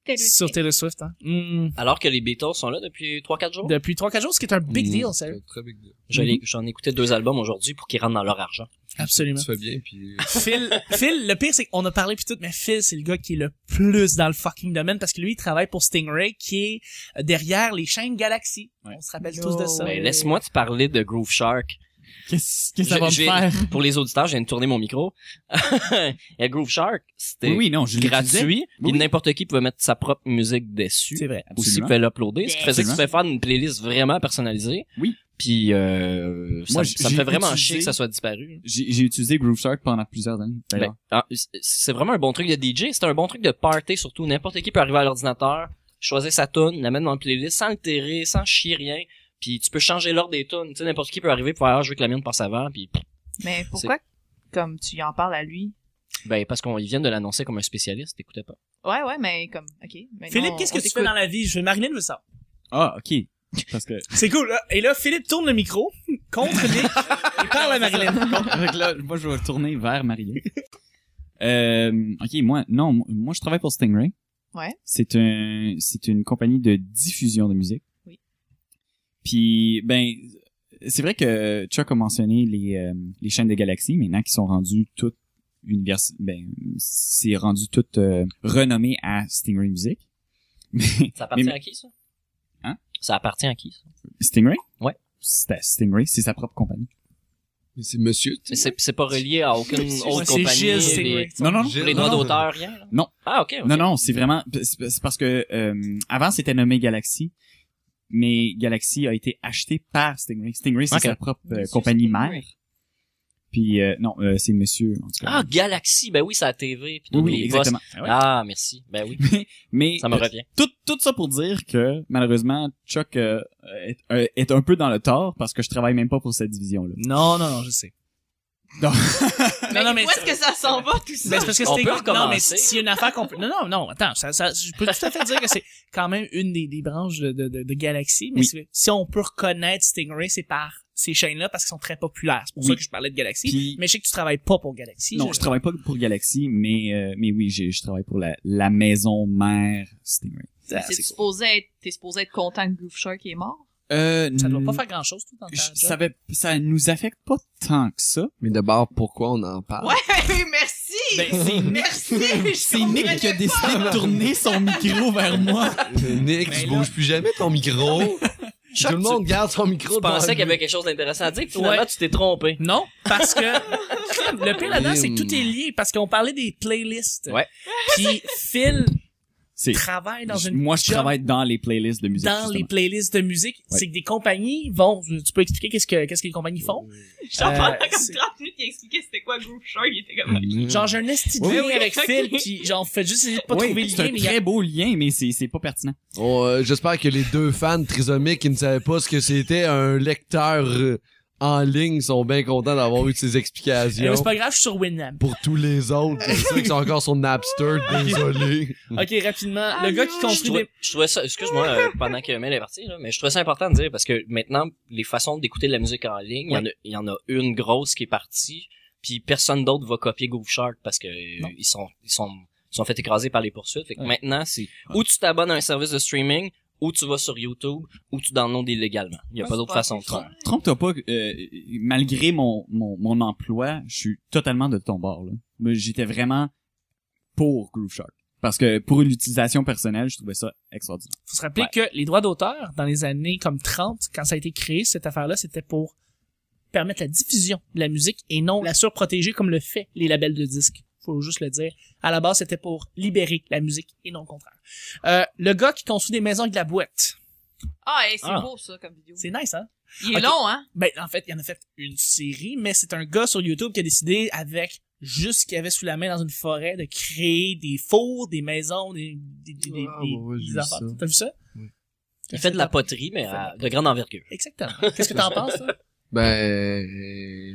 S3: Taylor
S2: Sur
S3: Swift.
S2: Taylor Swift, hein. Mm.
S4: Alors que les Beatles sont là depuis 3-4 jours.
S2: Depuis 3-4 jours, ce qui est un big
S8: Mm.
S2: deal,
S8: C'est
S2: sérieux.
S8: un Très big deal.
S4: Je
S5: Mhm.
S4: l'ai- J'en ai écouté deux albums aujourd'hui pour qu'ils rentrent dans leur argent.
S2: Absolument.
S8: Tu fais bien, puis... euh.
S2: Phil, Phil, le pire, c'est qu'on a parlé puis tout, mais Phil, c'est le gars qui est le plus dans le fucking domaine parce que lui, il travaille pour Stingray qui est derrière les chaînes Galaxy.
S5: Ouais.
S2: On se rappelle
S6: No.
S2: tous de ça.
S4: Ben, Laisse-moi te parler de Groove Shark.
S5: Qu'est-ce que ça va me
S4: J'ai- j'ai-
S5: faire?
S4: Pour les auditeurs, je viens de tourner mon micro. Et Groove Shark, c'était
S5: Oui, oui, non, je l'utilisais.
S4: gratuit.
S5: Oui,
S4: puis
S5: oui.
S4: N'importe qui pouvait mettre sa propre musique dessus.
S2: C'est vrai.
S4: aussi
S5: Absolument.
S4: pouvait l'uploader. Ce qui faisait que tu
S5: Absolument.
S4: pouvais faire une playlist vraiment personnalisée.
S5: Oui.
S4: Puis euh, ça,
S5: Moi,
S4: me-
S5: j-
S4: ça me
S5: j'ai
S4: fait vraiment
S5: utilisé-
S4: chier que ça soit disparu.
S5: J'ai j'ai utilisé Groove Shark pendant plusieurs années.
S4: Ben,
S5: d'ailleurs.
S4: ah, c- c'est vraiment un bon truc de DJ. C'est un bon truc de party surtout. N'importe qui peut arriver à l'ordinateur, choisir sa tune, la mettre dans une playlist sans altérer, sans chier rien. Puis tu peux changer l'ordre des tunes. Tu sais, n'importe qui peut arriver pour faire, ah, je veux que la mienne passe avant. Puis
S6: Mais pourquoi, comme tu en parles à lui?
S4: ben parce qu'on ils viennent de l'annoncer comme un spécialiste. T'écoutais pas.
S6: Ouais, ouais, mais comme, ok. mais
S2: Philippe,
S6: non,
S2: qu'est-ce
S6: on
S2: que tu fais
S6: t'écoute.
S2: dans la vie? Je veux Marilyn veut ça.
S5: Ah, ok. Parce que...
S2: C'est cool. là. Et là, Philippe tourne le micro contre Nick et parle à Marilyn.
S5: Fait que là, moi, je vais tourner vers Marilyn. Euh, ok, moi, non, moi- moi, je travaille pour Stingray.
S6: Ouais.
S5: C'est un, c'est une compagnie de diffusion de musique.
S6: Oui.
S5: Puis, ben, c'est vrai que Chuck a mentionné les, euh, les chaînes de galaxies, maintenant, qui sont rendues toutes univers, ben, c'est rendu toutes euh, renommées à Stingray Music. Mais
S4: Ça appartient
S5: Mais-
S4: à qui ça
S5: Hein?
S4: Ça appartient à qui ça
S5: Stingray?
S4: Ouais.
S5: C'est à Stingray, c'est sa propre compagnie.
S8: Mais c'est monsieur,
S4: Mais C'est c'est pas relié à aucune autre
S2: C'est
S4: compagnie.
S2: Gilles, c'est
S4: les,
S2: vrai.
S5: Non, non, non.
S8: Gilles.
S4: les droits
S8: Non, non.
S4: d'auteur, rien. là?
S5: Non.
S4: Ah ok. ok.
S5: Non, non, c'est vraiment... C'est c'est parce que euh, avant, c'était nommé Galaxy, mais Galaxy a été acheté par Stingray. Stingray, c'est
S4: Ok.
S5: sa propre euh,
S6: Monsieur
S5: compagnie
S6: Stingray.
S5: mère. Puis, euh, non, euh, c'est monsieur, en tout cas.
S4: Ah, Galaxy, ben oui, c'est à la TV. Puis
S5: oui,
S4: les
S5: oui, exactement.
S4: postes. Ah, merci. Ben oui,
S5: Mais
S4: ça me
S5: euh,
S4: revient.
S5: tout, tout ça pour dire que, malheureusement, Chuck euh, est, euh, est un peu dans le tort parce que je travaille même pas pour cette division-là.
S2: Non, non, non, je sais.
S5: Non.
S6: Mais
S2: non, non, mais
S6: où est-ce que ça s'en va, tout ça?
S2: Mais Ben, c'est parce que
S4: On
S2: c'était
S4: peut
S2: non mais
S4: recommencer.
S2: s'il y a une affaire qu'on peut non non non attends ça, ça je peux tout à fait dire que c'est quand même une des, des branches de de, de, de Galaxy mais
S5: Oui.
S2: c'est- si on peut reconnaître Stingray c'est par ces chaînes là parce qu'elles sont très populaires c'est pour
S5: Oui.
S2: ça que je parlais de Galaxy
S5: Puis-
S2: mais je sais que tu travailles pas pour Galaxy
S5: Non, je travaille pas pour Galaxy, mais euh, mais oui, j'ai- je travaille pour la, la maison mère Stingray.
S2: Ah, c'est
S6: C'est
S2: cool.
S6: supposé être, t'es supposé être content que Groove Shark est mort?
S5: Euh,
S2: ça doit pas faire grand chose tout en
S5: Je- ça, avait- ça nous affecte pas tant que ça.
S8: Mais d'abord, pourquoi on en parle?
S6: Ouais, merci!
S5: ben, c'est
S6: merci! je
S5: C'est Nick qui a décidé de tourner son micro vers moi.
S8: Euh, Nick,
S2: Mais
S8: tu
S2: Ben là-
S8: bouges plus jamais ton micro. Tout le monde garde son micro.
S4: Tu pensais qu'il y
S8: devant
S4: avait
S8: lui.
S4: quelque chose d'intéressant à dire, puis finalement,
S2: Ouais.
S4: tu t'es trompé.
S2: Non, parce que le pire là-dedans, c'est que tout est lié parce qu'on parlait des playlists.
S4: Ouais.
S2: Puis Phil
S5: C'est
S2: travaille dans une
S5: moi je
S2: job
S5: travaille dans les playlists de musique.
S2: dans les
S5: justement.
S2: playlists de musique,
S5: Ouais.
S2: c'est que des compagnies vont tu peux expliquer qu'est-ce que qu'est-ce que les compagnies font
S6: J'en
S2: Euh,
S6: parlais comme
S2: c'est-
S6: 30 minutes, il expliquait c'était quoi Groove Shark, il était comme...
S5: Hmm.
S8: Mm.
S2: Genre j'ai un esti de
S6: Oui,
S2: lien
S6: oui,
S2: avec
S6: ok.
S2: Phil puis genre fait juste essayer de pas
S5: Oui,
S2: trouver le
S5: c'est
S2: lien
S5: un
S2: mais il y a-
S5: très beau lien, mais c'est c'est pas pertinent.
S8: On, euh, J'espère que les deux fans trisomiques qui ne savaient pas ce que c'était un lecteur euh, en ligne sont bien contents d'avoir eu de ces
S2: Eh,
S8: explications.
S2: mais c'est pas grave, je suis sur Winamp.
S8: Pour tous les autres, c'est ceux qui sont encore sur Napster, désolé.
S5: Hmm.
S2: OK, rapidement, le gars qui
S4: Je
S2: construit
S4: trouvais,
S2: des...
S4: je trouvais ça, excuse-moi, euh, pendant que Mel est parti, là, mais je trouvais ça important de dire parce que maintenant, les façons d'écouter de la musique en ligne, il y en a- il y, en a une grosse qui est partie, puis personne d'autre va copier Groove Shark parce que euh,
S2: Non.
S4: ils sont, ils sont, ils sont fait écraser par les poursuites. Fait que
S5: Ouais.
S4: maintenant, c'est ou tu t'abonnes à un service de streaming, ou tu vas sur YouTube, ou tu downloads illégalement. Il y a
S6: Ah,
S4: pas
S6: c'est
S4: d'autre
S6: pas
S4: façon de
S6: intéressant.
S4: faire.
S5: Trompe-toi pas, euh, malgré mon, mon, mon emploi, je suis totalement de ton bord. là. Mais J'étais vraiment pour Groove Shark. Parce que pour l'utilisation personnelle, je trouvais ça extraordinaire.
S2: Faut se rappeler que les droits d'auteur dans les années comme 30 quand ça a été créé, cette affaire-là, c'était pour permettre la diffusion de la musique et non la surprotéger comme le fait les labels de disques. Faut juste le dire. À la base, c'était pour libérer la musique et non le contraire. Euh, le gars qui construit des maisons avec de la boîte.
S6: Ah, hey, c'est
S4: Ah.
S6: beau ça comme vidéo.
S2: C'est nice, hein?
S6: Il est
S2: Ok.
S6: long, hein?
S2: Ben, en fait, il en a fait une série, mais c'est un gars sur YouTube qui a décidé, avec juste ce qu'il avait sous la main dans une forêt, de créer des fours, des maisons, des, des, des, des,
S8: Ah,
S2: des-
S8: ouais, j'ai
S2: des
S8: vu
S2: affaires.
S8: ça.
S2: T'as vu ça?
S4: Il fait de la poterie, mais à- de grande envergure.
S2: Exactement. Qu'est-ce que t'en penses, toi?
S8: Ben,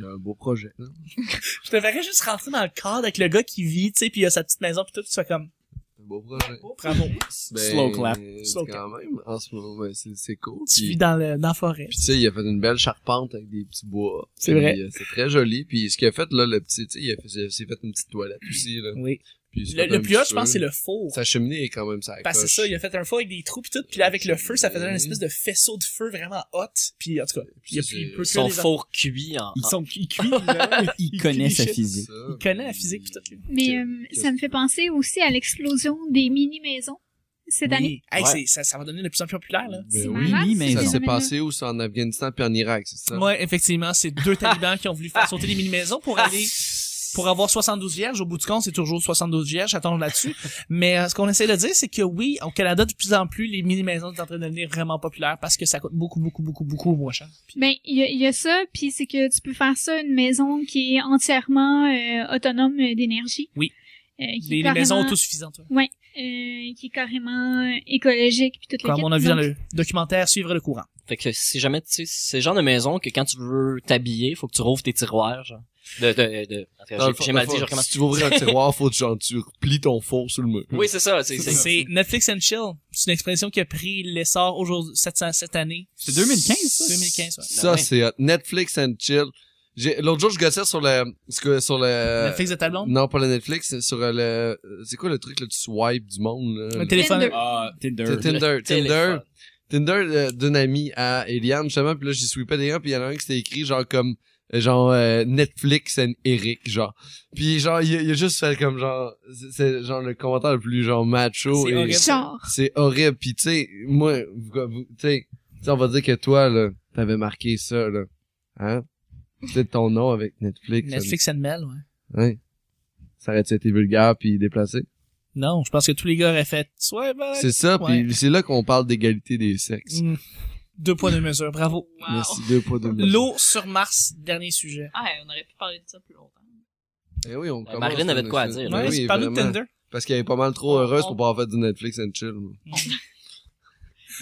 S8: un beau projet. hein. là.
S2: Je te verrais juste rentrer dans le cadre avec le gars qui vit, tu sais, puis il a sa petite maison, puis tout, tu fais comme, oh,
S8: Un beau projet.
S2: bravo.
S8: Ben,
S5: Slow clap.
S2: Slow
S8: Quand même, en ce moment, ben, c'est c'est cool.
S2: Tu
S8: Puis-
S2: vis dans, le, dans la forêt.
S8: Puis tu sais, il a fait une belle charpente avec des petits bois.
S2: C'est
S8: Puis,
S2: vrai.
S8: euh, C'est très joli. Puis ce qu'il a fait là, le petit, tu sais, il a fait, il s'est fait une petite toilette aussi là.
S2: Oui.
S8: Puis il s'est
S2: Le,
S8: fait
S2: le
S8: un
S2: plus haut,
S8: petit
S2: je pense,
S8: feu.
S2: c'est le four.
S8: Sa cheminée est quand même ça.
S2: Parce que c'est ça, il a fait un four avec des trous puis tout, puis là, avec le feu, ça faisait une espèce de faisceau de feu vraiment hot, puis en tout cas, il, y a,
S8: Puis
S2: il peut
S8: c'est-
S4: Ils
S2: cuire
S4: sont
S2: des affaires.
S4: faux cuits en,
S2: Ils
S4: en-
S2: sont ils cuisent, là.
S5: Il connaît sa
S2: shit.
S5: physique.
S2: Il
S4: euh,
S2: connaît la physique puis tout.
S3: Mais euh, ça me fait penser aussi à l'explosion des mini-maisons. cette
S2: Oui.
S3: année.
S2: Hey,
S8: Ouais.
S2: c'est- ça, ça va devenir de plus en plus populaire, là.
S8: Ben
S3: C'est
S8: oui.
S3: malade,
S5: oui, mais
S3: ce
S8: Ça s'est
S3: phénomène-là.
S4: euh,
S8: passé où? C'est en Afghanistan puis en Irak, c'est ça?
S2: Ouais, effectivement, c'est deux talibans qui ont voulu faire sauter les mini-maisons
S4: Ah,
S2: pour aller pour avoir 72 vierges. Au bout du compte, c'est toujours 72 vierges, j'attends là-dessus. Mais euh, ce qu'on essaie de dire, c'est que oui, au Canada, de plus en plus, les mini-maisons sont en train de devenir vraiment populaires parce que ça coûte beaucoup, beaucoup, beaucoup, beaucoup moins cher.
S3: Ben, il y, a- il y a ça, puis c'est que tu peux faire ça une maison qui est entièrement euh, autonome euh, d'énergie.
S2: Oui.
S3: Euh, qui est
S2: Les, les maisons
S3: carrément-
S2: autosuffisantes. ouais.
S3: euh, qui est carrément euh, écologique puis tout le
S2: Comme
S3: kit.
S2: on a vu dans
S3: Donc,
S2: le documentaire Suivre le courant.
S4: Fait que c'est jamais, tu sais, c'est le genre de maison que quand tu veux t'habiller, faut que tu rouvres tes tiroirs, genre. De, de, de, en tout cas,
S8: Dans le
S4: j'ai-
S8: fond,
S4: j'ai mal
S8: dans
S4: dit, je
S8: le fond,
S4: recommence.
S8: Si tu veux ouvrir un tiroir, faut que genre, tu replies ton four sur le mur.
S4: Oui, c'est ça, c'est, c'est,
S2: C'est Netflix and chill. C'est une expression qui a pris l'essor aujourd'hui, cette, cette année.
S5: C'est 2015, ça?
S2: 2015, ouais.
S8: Ça,
S4: Ouais.
S8: c'est hot. Netflix and chill. J'ai- L'autre jour, je gossais sur le, ce que- sur
S4: Euh,
S8: le,
S2: Netflix de ta blonde?
S8: non, pas le Netflix, c'est sur le, c'est quoi le truc, là, du swipe du monde, là?
S4: euh,
S2: Le téléphone.
S3: Tinder.
S5: Ah, Tinder.
S8: T- Tinder, Tinder,
S4: téléphone.
S8: Tinder euh, d'une amie à Eliane, justement, puis là, j'y sweepais des gens, puis il y en a un qui s'était écrit, genre, comme, euh, genre, euh, Netflix and Eric, genre. Puis, genre, il a, il a juste fait comme, genre, c'est- c'est, genre, le commentaire le plus, genre, macho.
S2: C'est
S8: et-
S2: horrible.
S3: Genre.
S8: C'est horrible. Puis, tu sais, moi, vous- vous- tu sais, tu sais, on va dire que toi, là, t'avais marqué ça, là. Hein? C'était ton nom avec Netflix.
S2: Netflix and Mel, ouais.
S8: Ouais. Ça aurait-tu été vulgaire puis déplacé?
S2: Non, je pense que tous les gars auraient fait, ouais, ben,
S8: C'est ça,
S2: Ouais.
S8: puis c'est là qu'on parle d'égalité des sexes.
S2: Mm. Deux points de mesure, bravo.
S8: Merci, deux poids, deux mesures.
S2: L'eau sur Mars, dernier sujet.
S6: Ah, on aurait pu parler de ça plus longtemps.
S8: Eh oui, on commence,
S4: Marlène Ben, avait de quoi à dire,
S8: Eh
S4: là.
S2: Ouais,
S8: oui,
S2: c'est parle de
S8: vraiment.
S2: Tinder.
S8: Parce qu'elle est pas mal trop heureuse pour pouvoir faire du Netflix and chill. moi.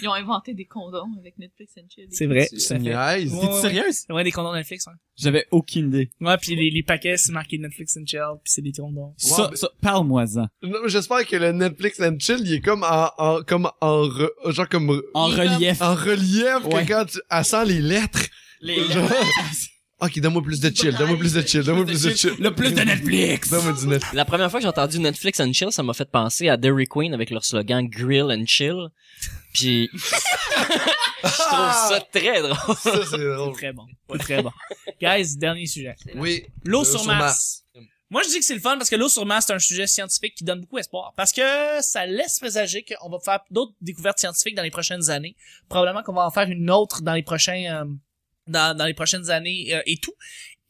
S6: Ils ont inventé des condoms avec Netflix and Chill.
S2: Eh, C'est vrai. tout
S8: C'est
S2: à fait.
S8: nice.
S2: Ouais,
S5: T'es-tu
S2: ouais,
S5: sérieuse?
S2: Ouais, des condoms Netflix, ouais.
S5: J'avais aucune idée.
S2: Ouais, puis les, les paquets, c'est marqué Netflix and Chill, puis c'est des condoms.
S5: Ça,
S8: mais-
S5: ça, parle-moi-en.
S8: Non, mais J'espère que le Netflix and chill, il est comme en, en- comme en, re- genre comme re-
S6: Il
S5: En
S6: est comme-
S5: relief.
S8: en relief
S5: Ouais.
S8: que quand tu, elle sent les lettres. Genre- ok, donne-moi plus de chill, donne-moi plus de chill, donne-moi plus de chill.
S5: Le plus de Netflix!
S8: Donne-moi du Netflix.
S4: La première fois que j'ai entendu Netflix and chill, ça m'a fait penser à Dairy Queen avec leur slogan Grill and chill. Puis je trouve ça très drôle.
S8: Ça, c'est
S2: C'est
S8: drôle.
S2: très bon. C'est très bon. Guys, dernier sujet.
S8: Oui. Euh,
S2: L'eau sur Mars. Moi, je dis que c'est le fun parce que l'eau sur Mars, c'est un sujet scientifique qui donne beaucoup espoir. Parce que ça laisse présager qu'on va faire d'autres découvertes scientifiques dans les prochaines années. Probablement qu'on va en faire une autre dans les prochains, euh, dans, dans les prochaines années euh, et tout.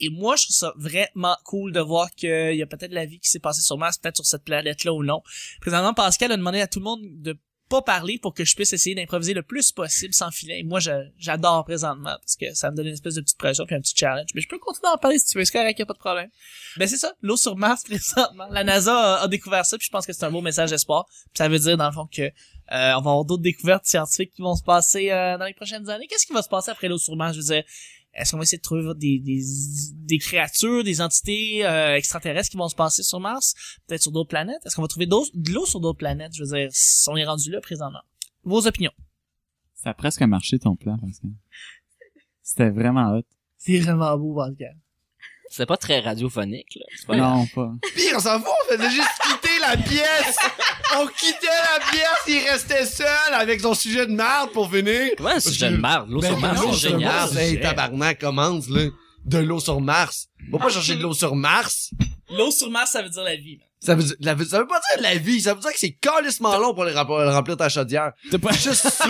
S2: Et moi, je trouve ça vraiment cool de voir qu'il y a peut-être la vie qui s'est passée sur Mars, peut-être sur cette planète-là ou non. Présentement, Pascal a demandé à tout le monde de pas parler pour que je puisse essayer d'improviser le plus possible sans filet. Et moi, je- j'adore présentement parce que ça me donne une espèce de petite pression puis un petit challenge. Mais je peux continuer à en parler si tu veux, c'est correct, y a pas de problème. Ben c'est ça, l'eau sur Mars présentement. La NASA a, a découvert ça puis je pense que c'est un beau message d'espoir. Puis ça veut dire dans le fond que euh, on va avoir d'autres découvertes scientifiques qui vont se passer euh, dans les prochaines années. Qu'est-ce qui va se passer après l'eau sur Mars Je veux dire, est-ce qu'on va essayer de trouver des, des, des créatures, des entités euh, extraterrestres qui vont se passer sur Mars, peut-être sur d'autres planètes? Est-ce qu'on va trouver d'eau- de l'eau sur d'autres planètes? Je veux dire, on est rendu là présentement. Vos opinions.
S5: Ça a presque marché ton plan, parce que c'était vraiment hot.
S2: C'est vraiment beau, Pascal.
S4: C'était pas très radiophonique, là. C'est pas-
S5: Non, pas.
S8: Pire, on s'en fout, on faisait juste quitter la pièce. On quittait la pièce, il restait seul avec son sujet de merde pour finir.
S4: Comment un sujet de merde? L'eau
S8: Ben,
S4: sur Mars,
S8: l'eau
S4: c'est
S8: sur
S4: génial.
S8: Mars, Hey, tabarnak, commence, là. De l'eau sur Mars. Va pas chercher de l'eau sur Mars.
S2: L'eau sur Mars, ça veut dire la vie. man.
S8: Ça veut, dire- la vie- ça veut pas dire la vie. Ça veut dire que c'est calissement long pour aller rem- remplir ta chaudière.
S5: T'as pas-
S8: Juste ça.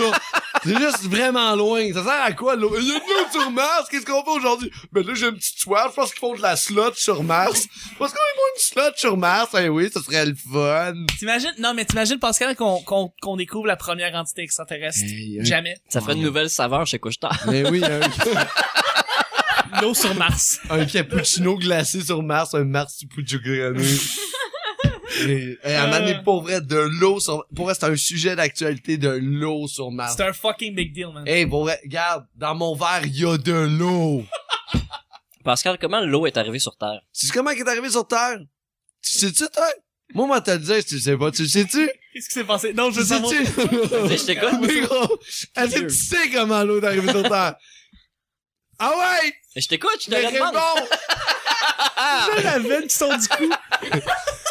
S8: C'est juste vraiment loin. Ça sert à quoi, l'eau? Il y a de l'eau sur Mars. Qu'est-ce qu'on fait aujourd'hui? Ben là, j'ai une petite soif. Je pense qu'ils font de la slot sur Mars. Parce qu'on font une slot sur Mars. Eh oui, ça serait le fun.
S2: T'imagines, non, mais t'imagines, Pascal, qu'on, qu'on, qu'on découvre la première entité extraterrestre.
S8: Hey, un-
S2: Jamais.
S4: Ça ferait une nouvelle saveur chez Couchetard.
S8: Mais Eh oui, un,
S2: L'eau sur Mars.
S8: un cappuccino glacé sur Mars, un Mars Pucciugrano. Et, et à Mané, pour vrai, de l'eau sur, pour vrai, c'est un sujet d'actualité de l'eau sur Mars.
S2: C'est un fucking big deal, man.
S8: Hey, pour vrai, regarde, dans mon verre, il y a de l'eau.
S4: Pascal, comment l'eau est arrivée sur Terre?
S8: Tu sais comment qu'est arrivé sur Terre? Tu sais-tu, toi? Moi, moi, t'as dit, tu sais pas, tu sais-tu?
S2: Qu'est-ce qui s'est passé? Non, je
S8: Tu
S2: veux savoir.
S8: sais-tu?
S4: Vas-y, je t'écoute.
S8: Mais gros, est-ce que tu sais comment l'eau est arrivée sur Terre? Ah ouais!
S4: Je t'écoute, je te
S8: Mais
S4: le demande.
S8: réponds!
S2: la veine qui sort du cou.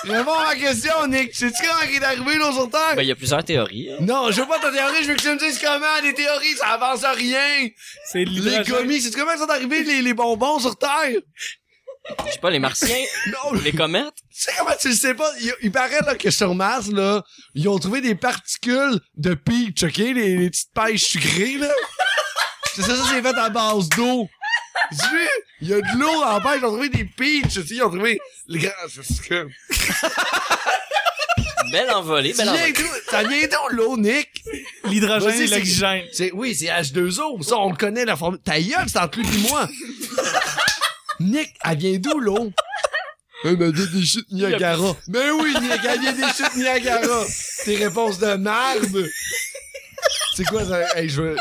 S8: Réponds à ma question, Nick. Sais-tu comment qu'est arrivé l'eau sur Terre?
S4: Ben, il y a plusieurs théories. hein.
S8: Non, je veux pas ta théorie, je veux que tu me dises comment les théories, ça avance à rien.
S2: C'est
S8: Les
S2: l'hydrogène.
S8: gommis, c'est comment ils sont arrivés les, les bonbons sur Terre?
S4: Je sais pas, les martiens,
S8: Non,
S4: Oh, les comètes.
S8: Tu sais comment tu le sais pas? Il, il paraît là, que sur Mars, là, ils ont trouvé des particules de peach, ok? Les, les petites pêches sucrées, là. C'est ça, ça c'est fait à base d'eau. Tu sais, il y a de l'eau en pêche, ils ont trouvé des peaches, tu sais, ils ont trouvé... Les grands... C'est ce que...
S4: Belle envolée,
S8: Ça
S4: belle
S8: vient
S4: envolée.
S8: d'où? Ça vient d'où l'eau, Nick?
S2: L'hydrogène
S8: Vas-y,
S2: et
S8: c'est-
S2: l'oxygène.
S8: C'est, oui, c'est H2O. Ça, on le connaît, la formule. Ta gueule, c'est entre lui et moi. Nick, elle vient d'où, l'eau? Elle m'a dit des chutes Niagara. Mais oui, Nick, elle vient des chutes Niagara. Tes réponses de merde. C'est quoi ça? Hey, je veux...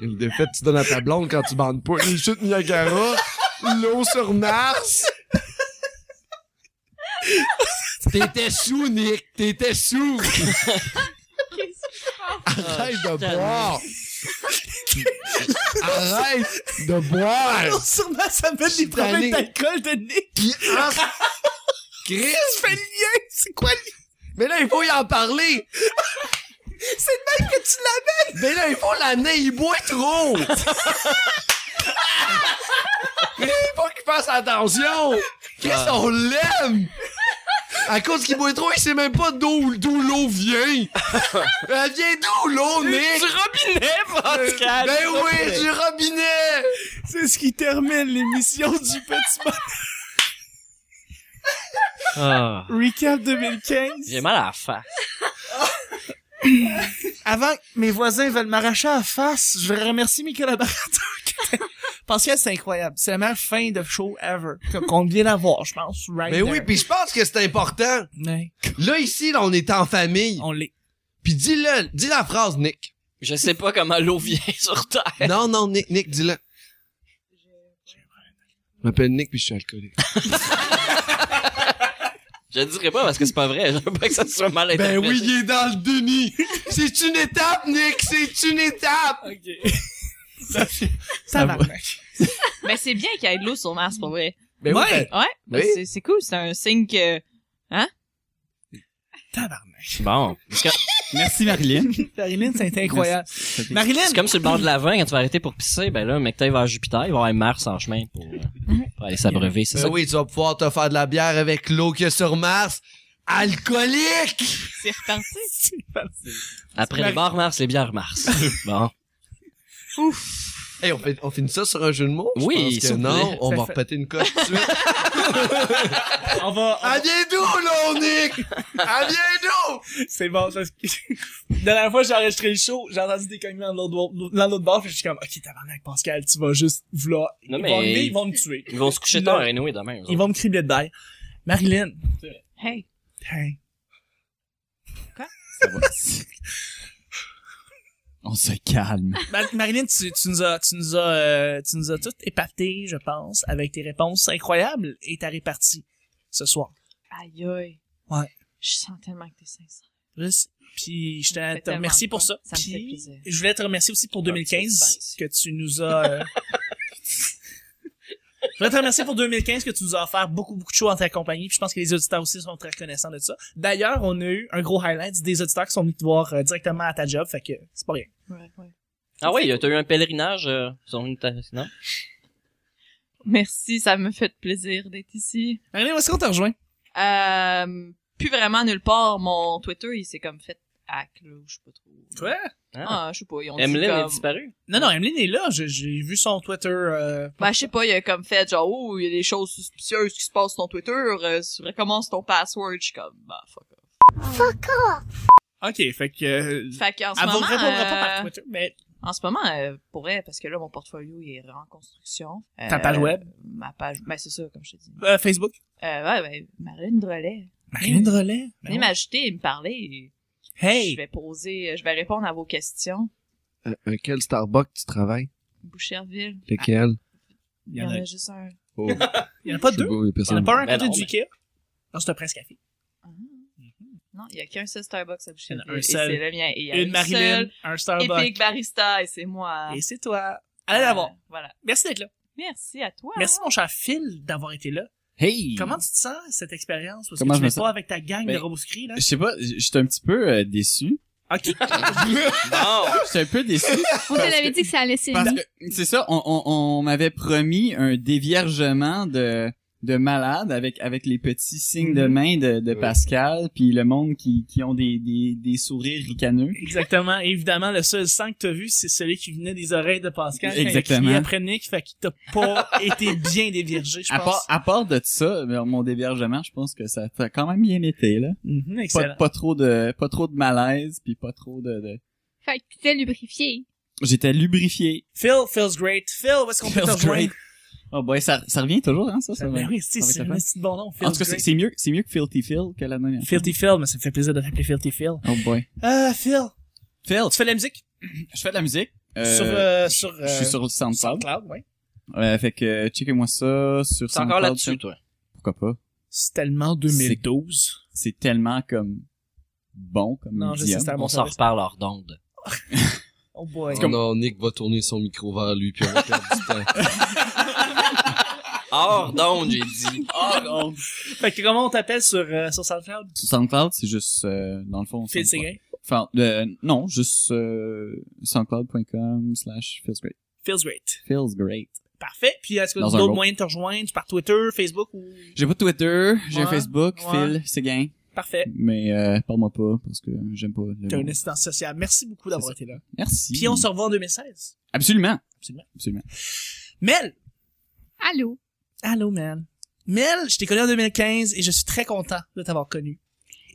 S8: De fait, tu donnes à ta blonde quand tu bandes pas. Les chutes Niagara, l'eau sur Mars. T'étais sous, Nick. T'étais sous.
S2: Ah,
S8: Arrête de boire. Arrête de boire.
S2: Sûrement, ça me fait des
S8: tanné.
S2: problèmes d'alcool de Nick.
S8: Puis en- Chris,
S2: Je fais le lien. C'est quoi le lien?
S8: mais là il faut y en parler.
S2: C'est le même que tu l'avais.
S8: Mais là il faut l'amener, il boit trop. mais il faut qu'il fasse attention. Chris, on l'aime. À cause qu'il boit trop, il sait même pas d'où d'où l'eau vient. Elle vient d'où l'eau, Nick?
S4: robinet, Pascal!
S8: Ben oui, du robinet.
S2: C'est ce qui termine l'émission du Petit Bonheur.
S4: Ah.
S2: Recap 2015.
S4: J'ai mal à la face.
S2: Avant que mes voisins veulent m'arracher à la face, je voudrais remercier mes collaborateurs. Pascal, c'est incroyable. C'est la meilleure fin de show ever que- qu'on vient d'avoir, je pense. Right
S8: Mais Ben oui,
S2: there.
S8: puis je pense que c'est important.
S2: Ouais.
S8: Là ici, là, on est en famille.
S2: On l'est.
S8: Puis dis-le, dis la phrase, Nick.
S4: Je sais pas comment l'eau vient sur Terre.
S8: Non, non, Nick, Nick, dis-le. Je m'appelle Nick puis je suis alcoolique.
S4: Je le dirais pas parce que c'est pas vrai. Je veux pas que ça soit
S8: Ben
S4: mal interprété.
S8: il est dans le déni. C'est une étape, Nick, c'est une étape.
S2: Ça, va.
S6: Mais c'est bien qu'il y ait de l'eau sur Mars, pour vrai.
S8: Ben
S2: Ouais.
S8: ben-
S6: Ouais, ben
S8: Oui.
S6: c'est- c'est cool, c'est un signe que...
S2: Tabarnak.
S4: Bon. C'est comme-
S5: Merci, Marilyn.
S2: Marilyn, c'est incroyable. Marilyn,
S4: c'est comme sur le bord de la vin, quand tu vas arrêter pour pisser, ben là, mec, t'ailles vers Jupiter, il va y avoir Mars en chemin pour, euh, pour aller s'abreuver, c'est
S8: Ben
S4: ça?
S8: oui, tu vas pouvoir te faire de la bière avec l'eau qu'il y a sur Mars. Alcoolique!
S6: C'est reparti.
S4: Après les bars Mars, les bières Mars. bon.
S8: Hey, on, fait, on finit ça sur un jeu de mots? Je
S4: Oui,
S8: pense
S4: s'il
S8: que
S4: vous
S8: non,
S4: plaît.
S8: on
S2: Ça
S8: va
S2: fait-
S8: repeter une coche tout de suite.
S2: on va, on va-
S8: Elle vient Ah, d'où, l'eau, Nick? Elle vient d'où?
S2: c'est bon. ça- la dernière fois, j'ai enregistré le show, j'ai entendu des cognements dans l'autre dans l'autre bar, puis je suis comme, ok, tabarnak, Pascal, tu vas juste vouloir.
S4: Non,
S2: ils
S4: mais-
S2: vont arriver, ils vont me tuer.
S4: Ils vont se coucher
S2: Non.
S4: tard, anyway, demain. eux
S2: Ils vont me cribler de bail. Marilyn.
S6: Hey.
S2: Hey.
S5: On se calme.
S2: Ma- Marilyn, tu, tu nous as, tu nous as, euh, tu nous as toutes épaté, je pense, avec tes réponses incroyables et ta répartie ce soir.
S6: Aïe aïe.
S2: Ouais.
S6: Je sens tellement que t'es sincère.
S2: Juste, Puis je
S6: Ça me
S2: te,
S6: fait
S2: te remercie
S6: tellement
S2: pour
S6: de
S2: ça.
S6: bien. Ça me
S2: Puis
S6: fait plaisir.
S2: je voulais te remercier aussi pour
S4: Un petit peu de
S2: 2015
S4: sens.
S2: que tu nous as. euh, je voulais te remercier pour 2015 que tu nous as offert beaucoup beaucoup de choses en ta compagnie. Puis je pense que les auditeurs aussi sont très reconnaissants de ça. D'ailleurs, on a eu un gros highlight des auditeurs qui sont venus te voir euh, directement à ta job. Fait que c'est pas rien.
S6: Ouais, ouais.
S4: autres. Ah oui, t'as eu un pèlerinage, euh, ils sont venus t'a- non?
S6: Merci, ça me fait plaisir d'être ici.
S2: Marilyn, où est-ce qu'on te rejoint?
S6: Euh, plus vraiment nulle part, mon Twitter, il s'est comme fait hack, là, ou je sais pas trop.
S2: Toi?
S6: Ah, je sais pas, ils ont dit
S4: Emeline est
S6: comme...
S4: disparue.
S2: Non, non, Emeline est là. Je- J'ai vu son Twitter. euh,
S6: Ben, je sais pas, il a comme fait genre, oh, il y a des choses suspicieuses qui se passent sur ton Twitter, euh, tu recommences ton password, je suis comme, bah, fuck off.
S2: OK, fait que... euh,
S6: Fait qu'en ce
S2: elle vous
S6: moment,
S2: répondra pas
S6: euh,
S2: par Twitter, mais...
S6: en ce moment, euh, pour vrai, parce que là, mon portfolio, il est en construction. Euh,
S2: Ta page web?
S6: Ma page, ben, c'est ça, comme je te dis.
S2: euh, Facebook.
S6: Euh, ouais, ben, Marine Drolet.
S2: Marilyn Drolet. Ben
S6: Venez m'ajouter et me parler. et Je
S2: Hey!
S6: vais poser, je vais répondre à vos questions.
S8: Euh, quel Starbucks tu travailles?
S6: Boucherville.
S8: Lequel?
S6: Il y en a juste un.
S8: Oh,
S2: Il n'y en a pas
S8: je sais
S2: deux? Il
S8: pas, il y a
S2: n'y en a
S8: personne.
S2: pas un à
S4: Ben
S2: côté
S4: non,
S2: du
S4: mais-
S2: Ikea? Non, c'est un Prince Café.
S6: Ah. Non, il y a qu'un seul Starbucks à Boucherville.
S2: Il y en a un
S6: et
S2: seul.
S6: c'est le mien. Et il y a
S2: Une
S6: une, seule
S2: Marilyn, un Starbucks.
S6: Epic Barista et c'est moi.
S2: Et c'est toi. Allez la voir.
S6: Euh, Voilà.
S2: Merci d'être là.
S6: Merci à toi.
S2: Merci, mon cher Phil, d'avoir été là.
S5: Hey!
S2: Comment tu te sens, cette expérience? Parce
S5: Comment
S2: que
S5: je
S2: tu
S5: me
S2: n'es
S5: sens?
S2: pas avec ta gang de
S5: Ben-
S2: roboscris, là.
S5: Je sais pas, je suis un petit peu euh, déçu.
S2: OK.
S4: Bon!
S5: Je suis un peu déçu.
S3: On te l'avait dit que ça allait
S5: Parce
S3: s'élever.
S5: que, c'est ça, on, on, on m'avait promis un déviergement de, de malade avec avec les petits signes de main de, de
S8: Oui.
S5: Pascal puis le monde qui, qui ont des, des, des sourires ricaneux.
S2: Exactement. Et évidemment, le seul sang que t'as vu, c'est celui qui venait des oreilles de Pascal. quand il a
S5: Exactement.
S2: crié Après Nick, fait qu'il t'a pas été bien dévirgé, je
S5: À part,
S2: pense.
S5: à part de ça, euh, mon dévergement, je pense que ça a quand même bien été là.
S2: Mhm,
S5: Pas,
S2: excellent.
S5: pas trop de pas trop de malaise puis pas trop de, de...
S3: Fait que t'étais lubrifié.
S5: j'étais lubrifié.
S2: Phil feels great. Phil, où est-ce qu'on peut te
S5: Feels
S2: rejoindre?
S5: Oh boy, ça, ça revient toujours hein ça. ça va.
S2: Ben oui, c'est
S5: va
S2: c'est
S5: être
S2: un
S5: le fun.
S2: petit bon nom.
S5: en
S2: Feels
S5: tout cas, c'est
S2: great.
S5: c'est mieux c'est mieux que Filthy Phil que la dernière.
S2: Filthy Phil, mais ça me fait plaisir de t'appeler Filthy Phil.
S5: Oh boy.
S2: Ah, Phil,
S5: Phil,
S2: tu fais de la musique?
S5: je fais de la musique. Euh,
S2: sur, euh, sur,
S5: je suis
S2: euh,
S5: sur le SoundCloud.
S2: SoundCloud, ouais.
S5: Euh, fait que euh, checkez-moi ça sur
S4: T'es encore
S5: SoundCloud.
S4: là-dessus, toi.
S5: Pourquoi pas
S2: C'est tellement 2012.
S5: C'est tellement comme bon comme
S2: Non, je sais,
S5: médium.
S2: c'est un bon
S4: On s'en
S2: Ah, service.
S4: reparle hors d'onde.
S2: Oh boy.
S8: Oh non, Nick va tourner son micro vers lui, puis on va perdre du temps.
S4: Ah, Hors d'onde, j'ai dit.
S2: Fait que comment on t'appelle sur, euh, sur SoundCloud?
S5: Ah, Sur SoundCloud, c'est juste euh, dans le fond.
S2: Phil
S5: SoundCloud.
S2: Seguin.
S5: Enfin, euh, non, juste euh, soundcloud.com slash feels great.
S2: Feels great.
S5: Feels great.
S2: Parfait. Puis est-ce que
S5: Dans un
S2: d'autres
S5: mot.
S2: moyens de te rejoindre? Par Twitter, Facebook ou...
S5: J'ai pas Twitter, j'ai
S2: Ouais,
S5: Facebook,
S2: ouais.
S5: Phil, c'est gain.
S2: Parfait.
S5: Mais euh, parle-moi pas parce que j'aime pas le
S2: T'as
S5: mot.
S2: une assistance sociale. Merci beaucoup d'avoir été là.
S5: Merci.
S2: Puis on se revoit en 2016.
S5: Absolument.
S2: Absolument.
S5: Absolument.
S2: Mel!
S3: Allô?
S2: Allô, Mel. Mel, je t'ai connu en 2015 et je suis très content de t'avoir connu.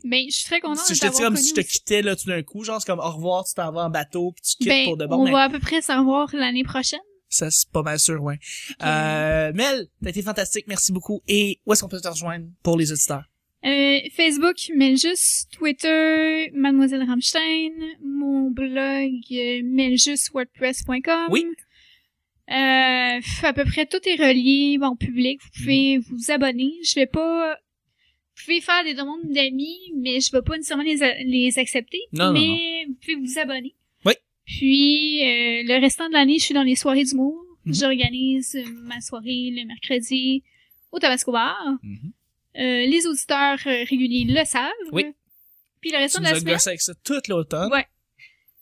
S3: Ben, je suis très contente
S2: Si
S3: de
S2: je te dis
S3: t'avoir
S2: comme
S3: connu
S2: si je te
S3: aussi.
S2: quittais là tout d'un coup, genre c'est comme au revoir, tu t'en vas en bateau puis tu quittes
S3: Ben,
S2: pour de
S3: on
S2: bon. mais
S3: va à peu près s'en voir l'année prochaine.
S2: Ça c'est pas mal sûr, ouais. Euh, Mel, t'as été fantastique, merci beaucoup. Et où est-ce qu'on peut te rejoindre pour les auditeurs?
S3: Euh, Facebook, mais juste Twitter, Mademoiselle Rammstein, mon blog, euh, mais juste wordpress.com.
S2: Oui.
S3: Euh, pff, à peu près tout est relié bon, au public.
S2: Mm-hmm.
S3: Vous pouvez vous abonner. Je vais pas... Vous pouvez faire des demandes d'amis, mais je vais pas nécessairement les, a- les accepter.
S2: Non, non,
S3: mais vous pouvez vous abonner.
S2: Oui.
S3: Puis, euh, le restant de l'année, je suis dans les soirées d'humour.
S2: Mhm.
S3: J'organise euh, ma soirée le mercredi au Tabasco Bar.
S2: Mhm.
S3: Euh, les auditeurs euh, réguliers le savent.
S2: Oui.
S3: Puis le reste
S2: Tu
S3: de
S2: nous
S3: la
S2: as
S3: semaine,
S2: gossé avec ça tout l'automne.
S3: Ouais.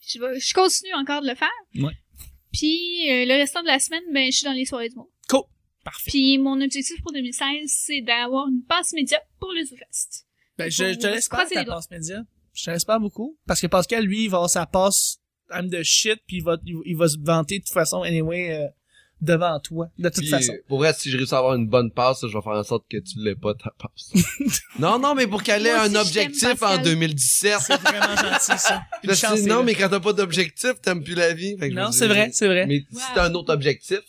S3: je, vais- je continue encore de le faire.
S2: Ouais.
S3: Puis euh, le restant de la semaine, ben, je suis dans les soirées du monde.
S2: Cool. Parfait.
S3: Puis mon objectif pour 2016, c'est d'avoir une passe média pour le ZooFest.
S2: Ben, je, je te
S3: on
S2: laisse
S3: se
S2: pas
S3: croise
S2: ta
S3: les doigts.
S2: passe média. Je te laisse pas beaucoup. Parce que Pascal, lui, il va avoir sa passe I'm de shit puis il va, il, il va se vanter de toute façon, anyway, euh, devant toi. De toute
S8: Puis,
S2: façon.
S8: euh, Pour vrai, si je réussis à avoir une bonne passe, je vais faire en sorte que tu l'aies pas, ta passe. non, non, mais pour qu'elle ait
S3: Moi
S8: un
S3: aussi, je t'aime,
S8: objectif en
S3: Pascal.
S8: 2017.
S2: C'est vraiment gentil, ça. Une
S8: Parce que
S2: chance,
S8: non,
S2: c'est
S8: mais quand t'as pas d'objectif, t'aimes plus la vie. Fait que
S2: là.
S8: je
S2: Non,
S8: me
S2: c'est
S8: dis-
S2: vrai, c'est vrai.
S8: Mais si t'as un autre objectif,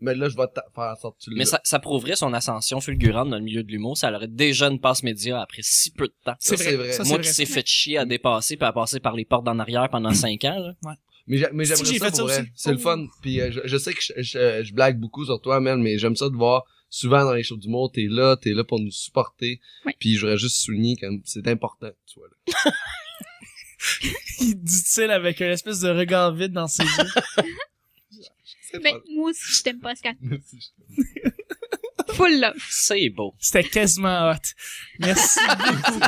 S8: mais là, je vais t'a- faire en sorte que tu l'aies.
S4: Mais ça, ça prouverait son ascension fulgurante dans le milieu de l'humour. Ça aurait déjà une passe média après si peu de temps.
S8: ça, c'est vrai.
S2: Ça,
S4: Moi
S2: c'est
S4: qui
S2: vrai.
S4: s'est fait chier à dépasser puis à passer par les portes en arrière pendant cinq ans, là.
S8: Mais j'a- mais
S2: C'est que
S8: j'aimerais
S2: j'ai
S8: ça
S2: fait ça
S8: pour
S2: aussi.
S8: vrai. C'est le fun. Puis euh, je, je sais que je, je- je blague beaucoup sur toi, man, mais j'aime ça de voir souvent dans les shows du monde, t'es là, t'es là pour nous supporter.
S3: Ouais.
S8: Puis j'aurais juste souligné comme c'est important, tu vois. Là.
S2: Il dit-il avec une espèce de regard vide dans ses yeux.
S8: C'est
S3: Ben,
S8: fun.
S3: moi aussi, je t'aime pas, Pascal.
S8: Merci.
S3: Full love.
S4: C'est beau.
S2: C'était quasiment hot. Merci beaucoup.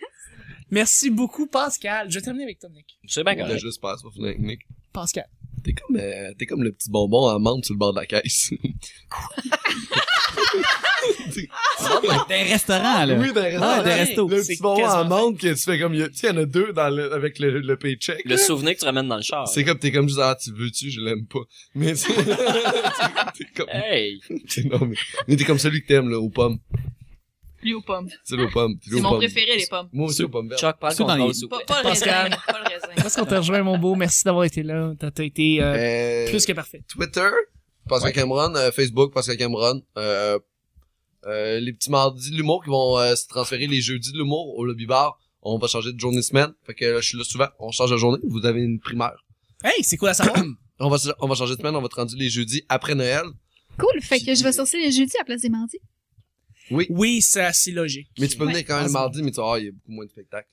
S2: Merci beaucoup, Pascal. Je vais terminer avec toi, Nick.
S4: C'est bien
S8: On a
S4: correct.
S8: juste passé pour finir avec Nick.
S2: Pascal.
S8: T'es comme, euh, t'es comme le petit bonbon à menthe sur le bord de la caisse.
S2: Ah,
S5: T'es un restaurant là.
S8: oui, dans les
S5: Ah,
S8: restaurants.
S5: des
S4: ouais.
S5: restos.
S8: le
S2: c'est
S8: petit bonbon à
S2: quasiment
S8: menthe que tu fais comme, il y a- tu sais, il y en a deux dans le, avec le, le paycheck.
S4: Le souvenir que tu ramènes dans le char.
S8: C'est comme, t'es comme juste, ah, tu veux-tu, je l'aime pas. Mais tu t'es comme,
S6: Euh.
S4: Hey!
S8: t'es- non, mais, mais t'es comme celui que t'aimes, là, aux pommes.
S6: Lui aux pommes.
S8: Tu sais, aux pommes. Tu sais,
S6: C'est
S8: aux
S6: mon
S8: pommes.
S6: préféré, les pommes.
S8: Moi aussi, aux pommes vertes.
S4: Chuck, parle
S5: C'est dans
S4: contrôle,
S5: les-
S4: s'il vous
S6: Pas,
S4: plaît.
S6: pas le
S2: Pascal.
S6: raisin. Pas le raisin.
S2: Est-ce qu'on te rejoint, mon beau? Merci d'avoir été là. T'as t'as été euh,
S8: Euh,
S2: plus que parfait.
S8: Twitter, Pascal Cameron, euh, Facebook, Pascal Cameron, euh, euh, les petits mardis de l'humour qui vont euh, se transférer les jeudis de l'humour au lobby bar. On va changer de journée semaine. Fait que là, je suis là souvent. On change de journée. Vous avez une primaire.
S2: Hey, c'est cool à savoir.
S8: On va, on va changer de semaine. On va être rendu les jeudis après Noël.
S3: Cool. Fait que je vais sortir les jeudis à la place des mardis.
S2: oui, ça, c'est logique.
S8: Mais tu peux venir quand même
S2: Ouais.
S8: le mardi, mais tu vois, ah, il y a beaucoup moins de spectacles.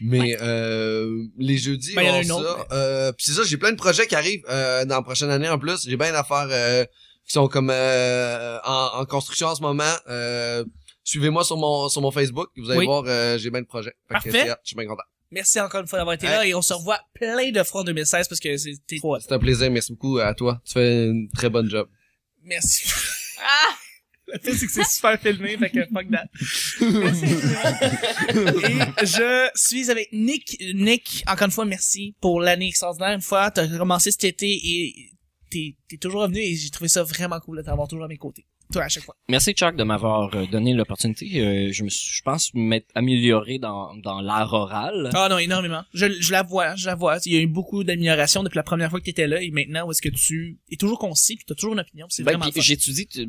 S8: Mais euh, les jeudis,
S2: Ben, il y en a
S8: on
S2: une
S8: ça.
S2: autre,
S8: Euh, Puis c'est ça, j'ai plein de projets qui arrivent euh, dans la prochaine année en plus. J'ai bien d'affaires euh, qui sont comme euh, en, en construction en ce moment. Euh, Suivez-moi sur mon sur mon Facebook, vous allez
S2: Oui.
S8: voir, euh, j'ai plein de projets. Fait que
S2: Parfait.
S8: c'est hot, Je suis bien content.
S2: Merci encore une fois d'avoir été là et on se revoit plein de fois en 2016 parce que c'était trop hot.
S8: C'est un plaisir, merci beaucoup à toi. Tu fais une très bonne job.
S2: Merci.
S6: Ah!
S2: Le pire, c'est que c'est super filmé, fait que fuck that. Mais c'est génial. Et je suis avec Nick. Nick, encore une fois, merci pour l'année extraordinaire. Une fois, t'as commencé cet été et t'es, t'es toujours revenu et j'ai trouvé ça vraiment cool de t'avoir toujours à mes côtés. Toi, à chaque fois.
S4: Merci Chuck de m'avoir euh, donné l'opportunité. Euh, je me suis- je pense m'être amélioré dans, dans l'art oral.
S2: Ah non, énormément. Je, je la vois, je la vois. Il y a eu beaucoup d'améliorations depuis la première fois que t'étais là et maintenant où est-ce que tu es toujours concis puis t'as toujours une opinion. C'est
S4: Ben,
S2: vraiment fun.
S4: puis j'étudie t-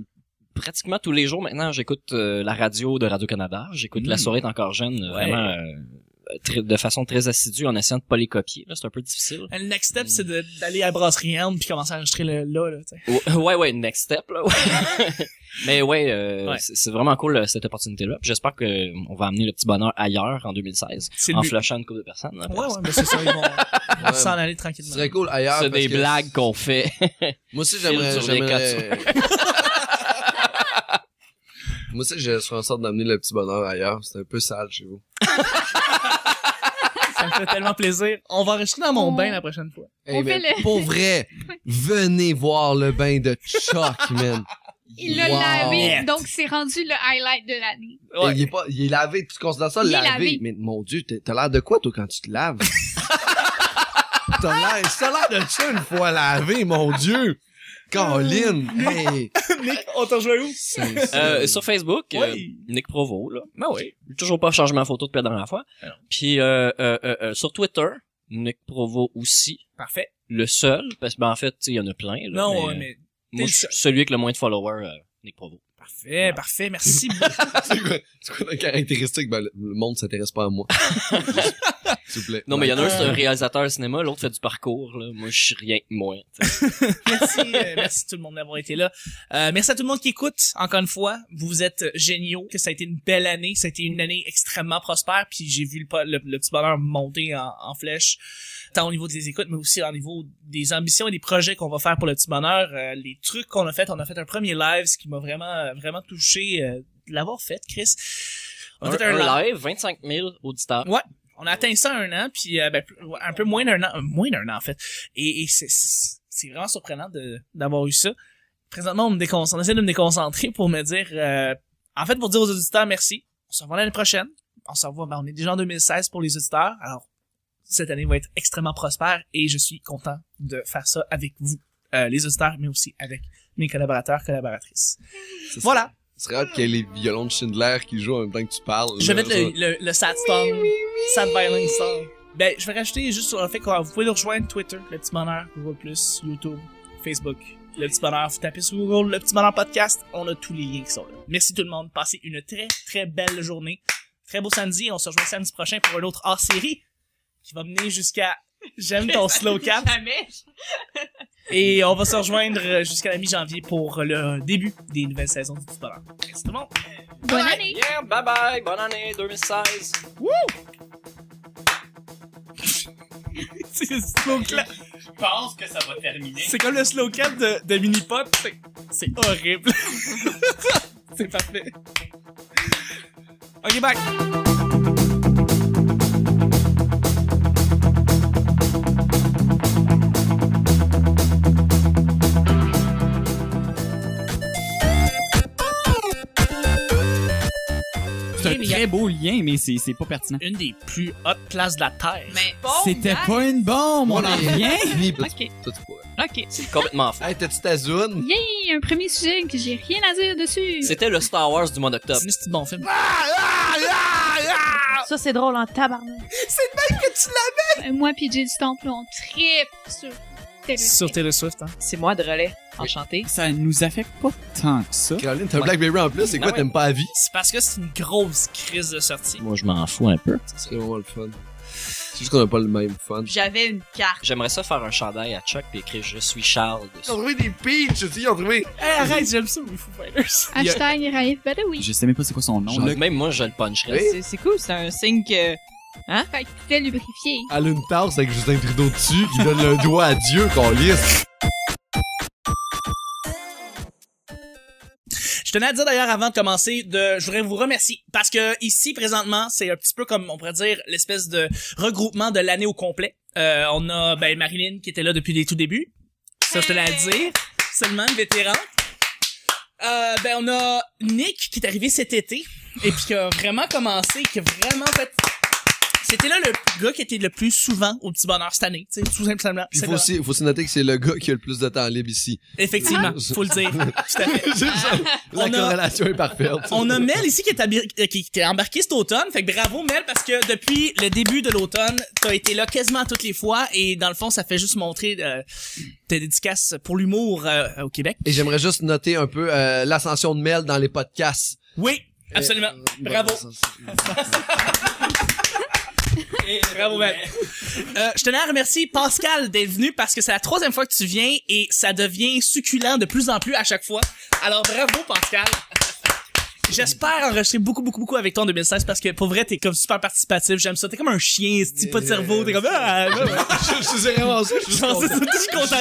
S4: pratiquement tous les jours maintenant. J'écoute euh, la radio de Radio Canada. J'écoute
S5: Mm.
S4: La Soirée est encore jeune, euh, vraiment euh, très- de façon très assidue en essayant de pas les copier. Là, c'est un peu difficile.
S2: Le next step, c'est de- d'aller à Brasserie Ambre puis commencer à enregistrer le, là, là, tu sais.
S4: Ouais, euh, ouais, ouais, next step là. ouais. Mais ouais, euh,
S2: Ouais.
S4: c'est c'est vraiment cool euh, cette opportunité là. J'espère que euh, on va amener le petit bonheur ailleurs en 2016
S2: C'est le
S4: en
S2: but.
S4: flashant une couple de personnes. là.
S2: Ouais, ouais, mais c'est ça, ils vont
S8: Ouais,
S2: s'en aller
S8: Ce
S2: tranquillement.
S8: serait cool ailleurs.
S4: C'est
S8: parce
S4: des
S8: que-
S4: blagues qu'on fait.
S8: Moi aussi,
S4: Fil
S8: j'aimerais.
S4: sur les
S8: j'aimerais- Moi aussi, je ferais en sorte d'amener le petit bonheur ailleurs. C'est un peu sale chez vous.
S2: Ça me fait tellement plaisir. On va enregistrer dans mon
S3: On-
S2: bain la prochaine fois.
S8: Hey,
S3: On
S8: man,
S3: fait le-
S8: Pour vrai, venez voir le bain de Chuck, man.
S3: Il l'a
S8: Wow.
S3: lavé, donc c'est rendu le highlight de l'année.
S8: Et Il, est pas, il est lavé, tu considères ça
S3: Il est
S8: lavé.
S3: lavé.
S8: Mais mon dieu, t'as t'as l'air de quoi, toi, quand tu te laves? t'as l'air, t'as l'air de ça une fois lavé, mon dieu! Caroline! Hey!
S2: Nick, on t'en rejoint où?
S8: c'est-
S4: Euh, sur Facebook, euh,
S2: Oui.
S4: Nick Provo là.
S2: Ben oui. Ben
S4: Toujours pas changé ma photo depuis la dernière fois. Puis euh, euh, euh, euh, sur Twitter, Nick Provo aussi.
S2: Parfait.
S4: Le seul, parce que ben, en fait, tu sais, il y en a plein. Là,
S2: Non, mais,
S4: euh,
S2: mais
S4: moi, je suis celui avec le moins de followers, euh, Nick Provo.
S2: parfait, parfait. Merci beaucoup.
S8: c'est quoi, c'est quoi la caractéristique? Ben, le le monde s'intéresse pas à moi. S'il vous plaît.
S4: Non, mais il y en a un, c'est
S2: Euh.
S4: un réalisateur cinéma, l'autre fait du parcours. Là. Moi, je suis rien que moi. tu sais.
S2: merci, euh, merci tout le monde d'avoir été là. Euh, merci à tout le monde qui écoute. Encore une fois, vous êtes géniaux. Que ça a été une belle année. Ça a été une année extrêmement prospère. Puis j'ai vu le, po- le, le petit bonheur monter en, en flèche, tant au niveau des écoutes, mais aussi au niveau des ambitions et des projets qu'on va faire pour le petit bonheur. Euh, les trucs qu'on a fait, on a fait un premier live, ce qui m'a vraiment, euh, vraiment touché euh, de l'avoir fait, Chris. On a fait un, live.
S4: un live, 25 000 auditeurs.
S2: On a atteint ça un an, puis euh, ben, plus- un peu moins d'un an, euh, moins d'un an en fait. Et, et c'est- c'est c'est vraiment surprenant de d'avoir eu ça. Présentement, on me déconcentre, on essaie de me déconcentrer pour me dire, euh, en fait, pour dire aux auditeurs merci. On se revoit l'année prochaine. On se revoit, ben, on est déjà en 2016 pour les auditeurs. Alors, cette année va être extrêmement prospère et je suis content de faire ça avec vous, euh, les auditeurs, mais aussi avec mes collaborateurs, collaboratrices.
S8: Ça serait-
S2: Voilà,
S8: Ce serait hâte qu'il y ait les violons de Schindler qui jouent en même temps que tu parles.
S2: je vais
S8: là,
S2: mettre le, le, le sad song. Sad Violin Song. Ben, je vais rajouter juste sur le fait que vous pouvez nous rejoindre Twitter, Le Petit Bonheur, Google+, YouTube, Facebook, Le Petit Bonheur. Vous tapez sur Google, Le Petit Bonheur Podcast. On a tous les liens qui sont là. Merci tout le monde. Passez une très, très belle journée. Très beau samedi. On se rejoint samedi prochain pour un autre hors-série qui va mener jusqu'à... J'aime ton slow cap.
S6: Jamais.
S2: Et on va se rejoindre jusqu'à la mi-janvier pour le début des nouvelles saisons du Petit Bonheur. Merci tout le monde.
S3: Bonne année!
S4: Yeah, bye bye, bonne année 2016.
S2: C'est le slow clap.
S10: Je pense que ça va terminer.
S2: C'est comme le slow cap de, de Minipot. c'est- C'est horrible. c'est parfait. Ok, back.
S5: C'est un très beau lien, mais c'est c'est pas pertinent.
S2: Une des plus hautes places de la Terre.
S6: Mais bon.
S5: C'était
S6: gars.
S5: pas une bombe, on en revient!
S8: Ni toi,
S6: Ok,
S8: toi, tu pourrais.
S6: ok.
S4: C'est complètement fou.
S8: Hey, t'as-tu ta zone?
S3: Yay! Un premier sujet que j'ai rien à dire dessus!
S4: C'était le Star Wars du mois d'octobre.
S2: C'est un petit bon film.
S8: Ah,
S2: Ah!
S6: Ça, c'est drôle en tabarnak.
S3: Euh, Moi pis Jay du Temple, on tripe sur Taylor
S2: Sur
S3: Swift.
S2: Taylor Swift, hein.
S6: C'est moi de relais. Enchanté.
S5: Ça nous affecte pas tant que ça.
S8: Caroline, t'as un Blackberry en plus, c'est quoi,
S4: Non,
S8: t'aimes pas la vie?
S2: C'est parce que c'est une grosse crise de sortie.
S4: Moi, je m'en fous un peu.
S8: Ça serait vraiment le fun. C'est juste qu'on a pas le même fun.
S6: J'avais une carte.
S4: J'aimerais ça faire un chandail à Chuck puis écrire Je suis Charles dessus.
S8: Ils ont trouvé des peaches aussi, ils ont trouvé.
S2: Hey, arrête, j'aime ça, les Foo Fighters.
S3: Hashtag Raif ben Badawi.
S5: Je sais même pas c'est quoi son nom.
S8: Genre-
S5: là.
S4: Même moi, je le puncherais.
S6: C'est c'est cool, c'est un signe que.
S3: Fait que c'était lubrifié.
S8: Elle a une tasse avec Justin Trudeau dessus qui donne le doigt à Dieu, qu'on lisse.
S2: Je tenais à dire d'ailleurs avant de commencer de, je voudrais vous remercier parce que ici présentement c'est un petit peu comme on pourrait dire l'espèce de regroupement de l'année au complet. Euh, on a ben Marilyn qui était là depuis les tout débuts. Ça je tenais à le dire. Seulement une vétérante. Euh, ben, on a Nick qui est arrivé cet été et puis qui a vraiment commencé, qui a vraiment fait... C'était là le gars qui était le plus souvent au petit bonheur cette année, tu sais, tout simplement.
S8: Puis
S2: C'est
S8: faut
S2: là.
S8: aussi, faut aussi noter que c'est le gars qui a le plus de temps libre ici.
S2: Effectivement, faut le dire. Ah, Tout à fait. On
S8: La
S2: a-
S8: corrélation est parfaite.
S2: On a Mel ici qui est, habi- euh, qui était embarqué cet automne. Fait que bravo Mel parce que depuis le début de l'automne, t'as été là quasiment toutes les fois et dans le fond, ça fait juste montrer euh, tes dédicaces pour l'humour euh, au Québec.
S8: Et j'aimerais juste noter un peu euh, l'ascension de Mel dans les podcasts.
S2: Oui, absolument.
S8: Euh,
S2: Bravo.
S8: bon, ça, c'est-
S2: Bravo
S8: Ben.
S2: Mel. Euh, je tenais à remercier Pascal d'être venu parce que c'est la troisième fois que tu viens et ça devient succulent de plus en plus à chaque fois. Alors bravo Pascal. J'espère enregistrer beaucoup, beaucoup, beaucoup avec toi en 2016 parce que pour vrai, t'es comme super participatif. J'aime ça. T'es comme un chien, si pas de cerveau. T'es comme, ah, ah, ah.
S8: je, je suis vraiment ça. Je suis
S2: Je
S8: juste
S2: pense que
S8: content,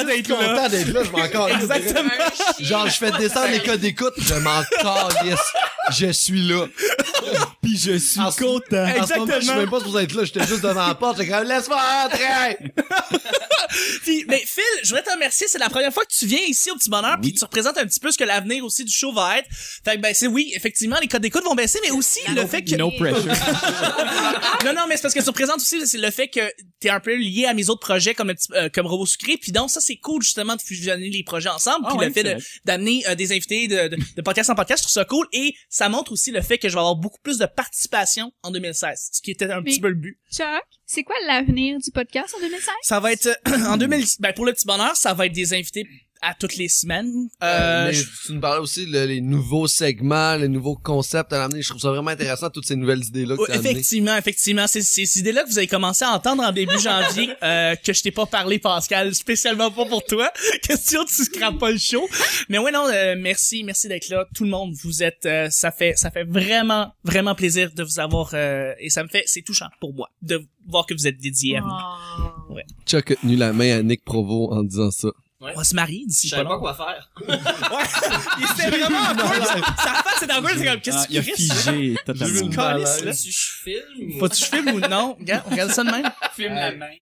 S2: je suis content d'être là.
S8: Je suis content d'être là. Je m'en calisse.
S2: Exactement.
S8: Genre, je fais descendre les codes d'écoute. Je m'en calisse. Je suis là.
S5: Puis je suis
S8: En ce-
S5: content.
S8: En ce moment, je suis
S2: Exactement.
S8: même pas supposé être là. J'étais juste devant la porte. J'étais comme, laisse-moi entrer.
S2: Puis, mais Phil, je voudrais te remercier. C'est la première fois que tu viens ici au Petit Bonheur, puis tu représentes un petit peu ce que l'avenir aussi du show va être. Fait que ben c'est oui, effectivement, les codes d'écoute vont baisser, mais aussi
S8: Ah
S2: le fait que
S5: No pressure.
S2: non non, mais c'est parce que tu représentes aussi c'est le fait que t'es un peu lié à mes autres projets comme un petit- euh, comme Robot Sucré. Puis donc ça c'est cool justement de fusionner les projets ensemble,
S5: Ah
S2: puis
S5: ouais,
S2: le fait
S5: c'est
S2: de-
S5: vrai.
S2: d'amener euh, des invités de, de, de podcast en podcast, je trouve ça cool. Et ça montre aussi le fait que je vais avoir beaucoup plus de participation en 2016, ce qui était un
S3: Mais-
S2: petit peu le but.
S3: Chuck, c'est quoi l'avenir du podcast en 2016?
S2: Ça va être euh, en 2000 ben pour le petit bonheur, ça va être des invités à toutes les semaines. Euh,
S8: Mais
S2: je-
S8: Tu nous parlais aussi des les nouveaux segments, les nouveaux concepts à l'amener. Je trouve ça vraiment intéressant, toutes ces nouvelles idées-là que
S2: ouais,
S8: tu as amenées.
S2: effectivement, effectivement, c'est c'est ces idées-là que vous avez commencé à entendre en début janvier euh, que je t'ai pas parlé Pascal, spécialement pas pour toi. Question tu scrapes pas le show. Mais ouais non, euh, merci, merci d'être là tout le monde. Vous êtes euh, ça fait ça fait vraiment vraiment plaisir de vous avoir euh, et ça me fait c'est touchant pour moi de voir que vous êtes dédiés à moi.
S6: Oh.
S8: Chuck a tenu la main à Nick Provo en disant ça.
S2: On va se marier
S4: Je
S2: d'ici pas
S4: savais pas
S2: long.
S4: quoi faire.
S2: Ouais. Il était vraiment awkward. Sa face c'est awkward, c'est comme
S5: Ah,
S2: qu'est-ce
S5: il a
S2: que tu fais?
S5: figé
S2: Je veux une
S5: totalement.
S2: calice, là.
S4: Faut-tu que je filme? ou-
S2: Faut-tu que je filme ou non? Regarde, regarde ça de même.
S10: Filme la main.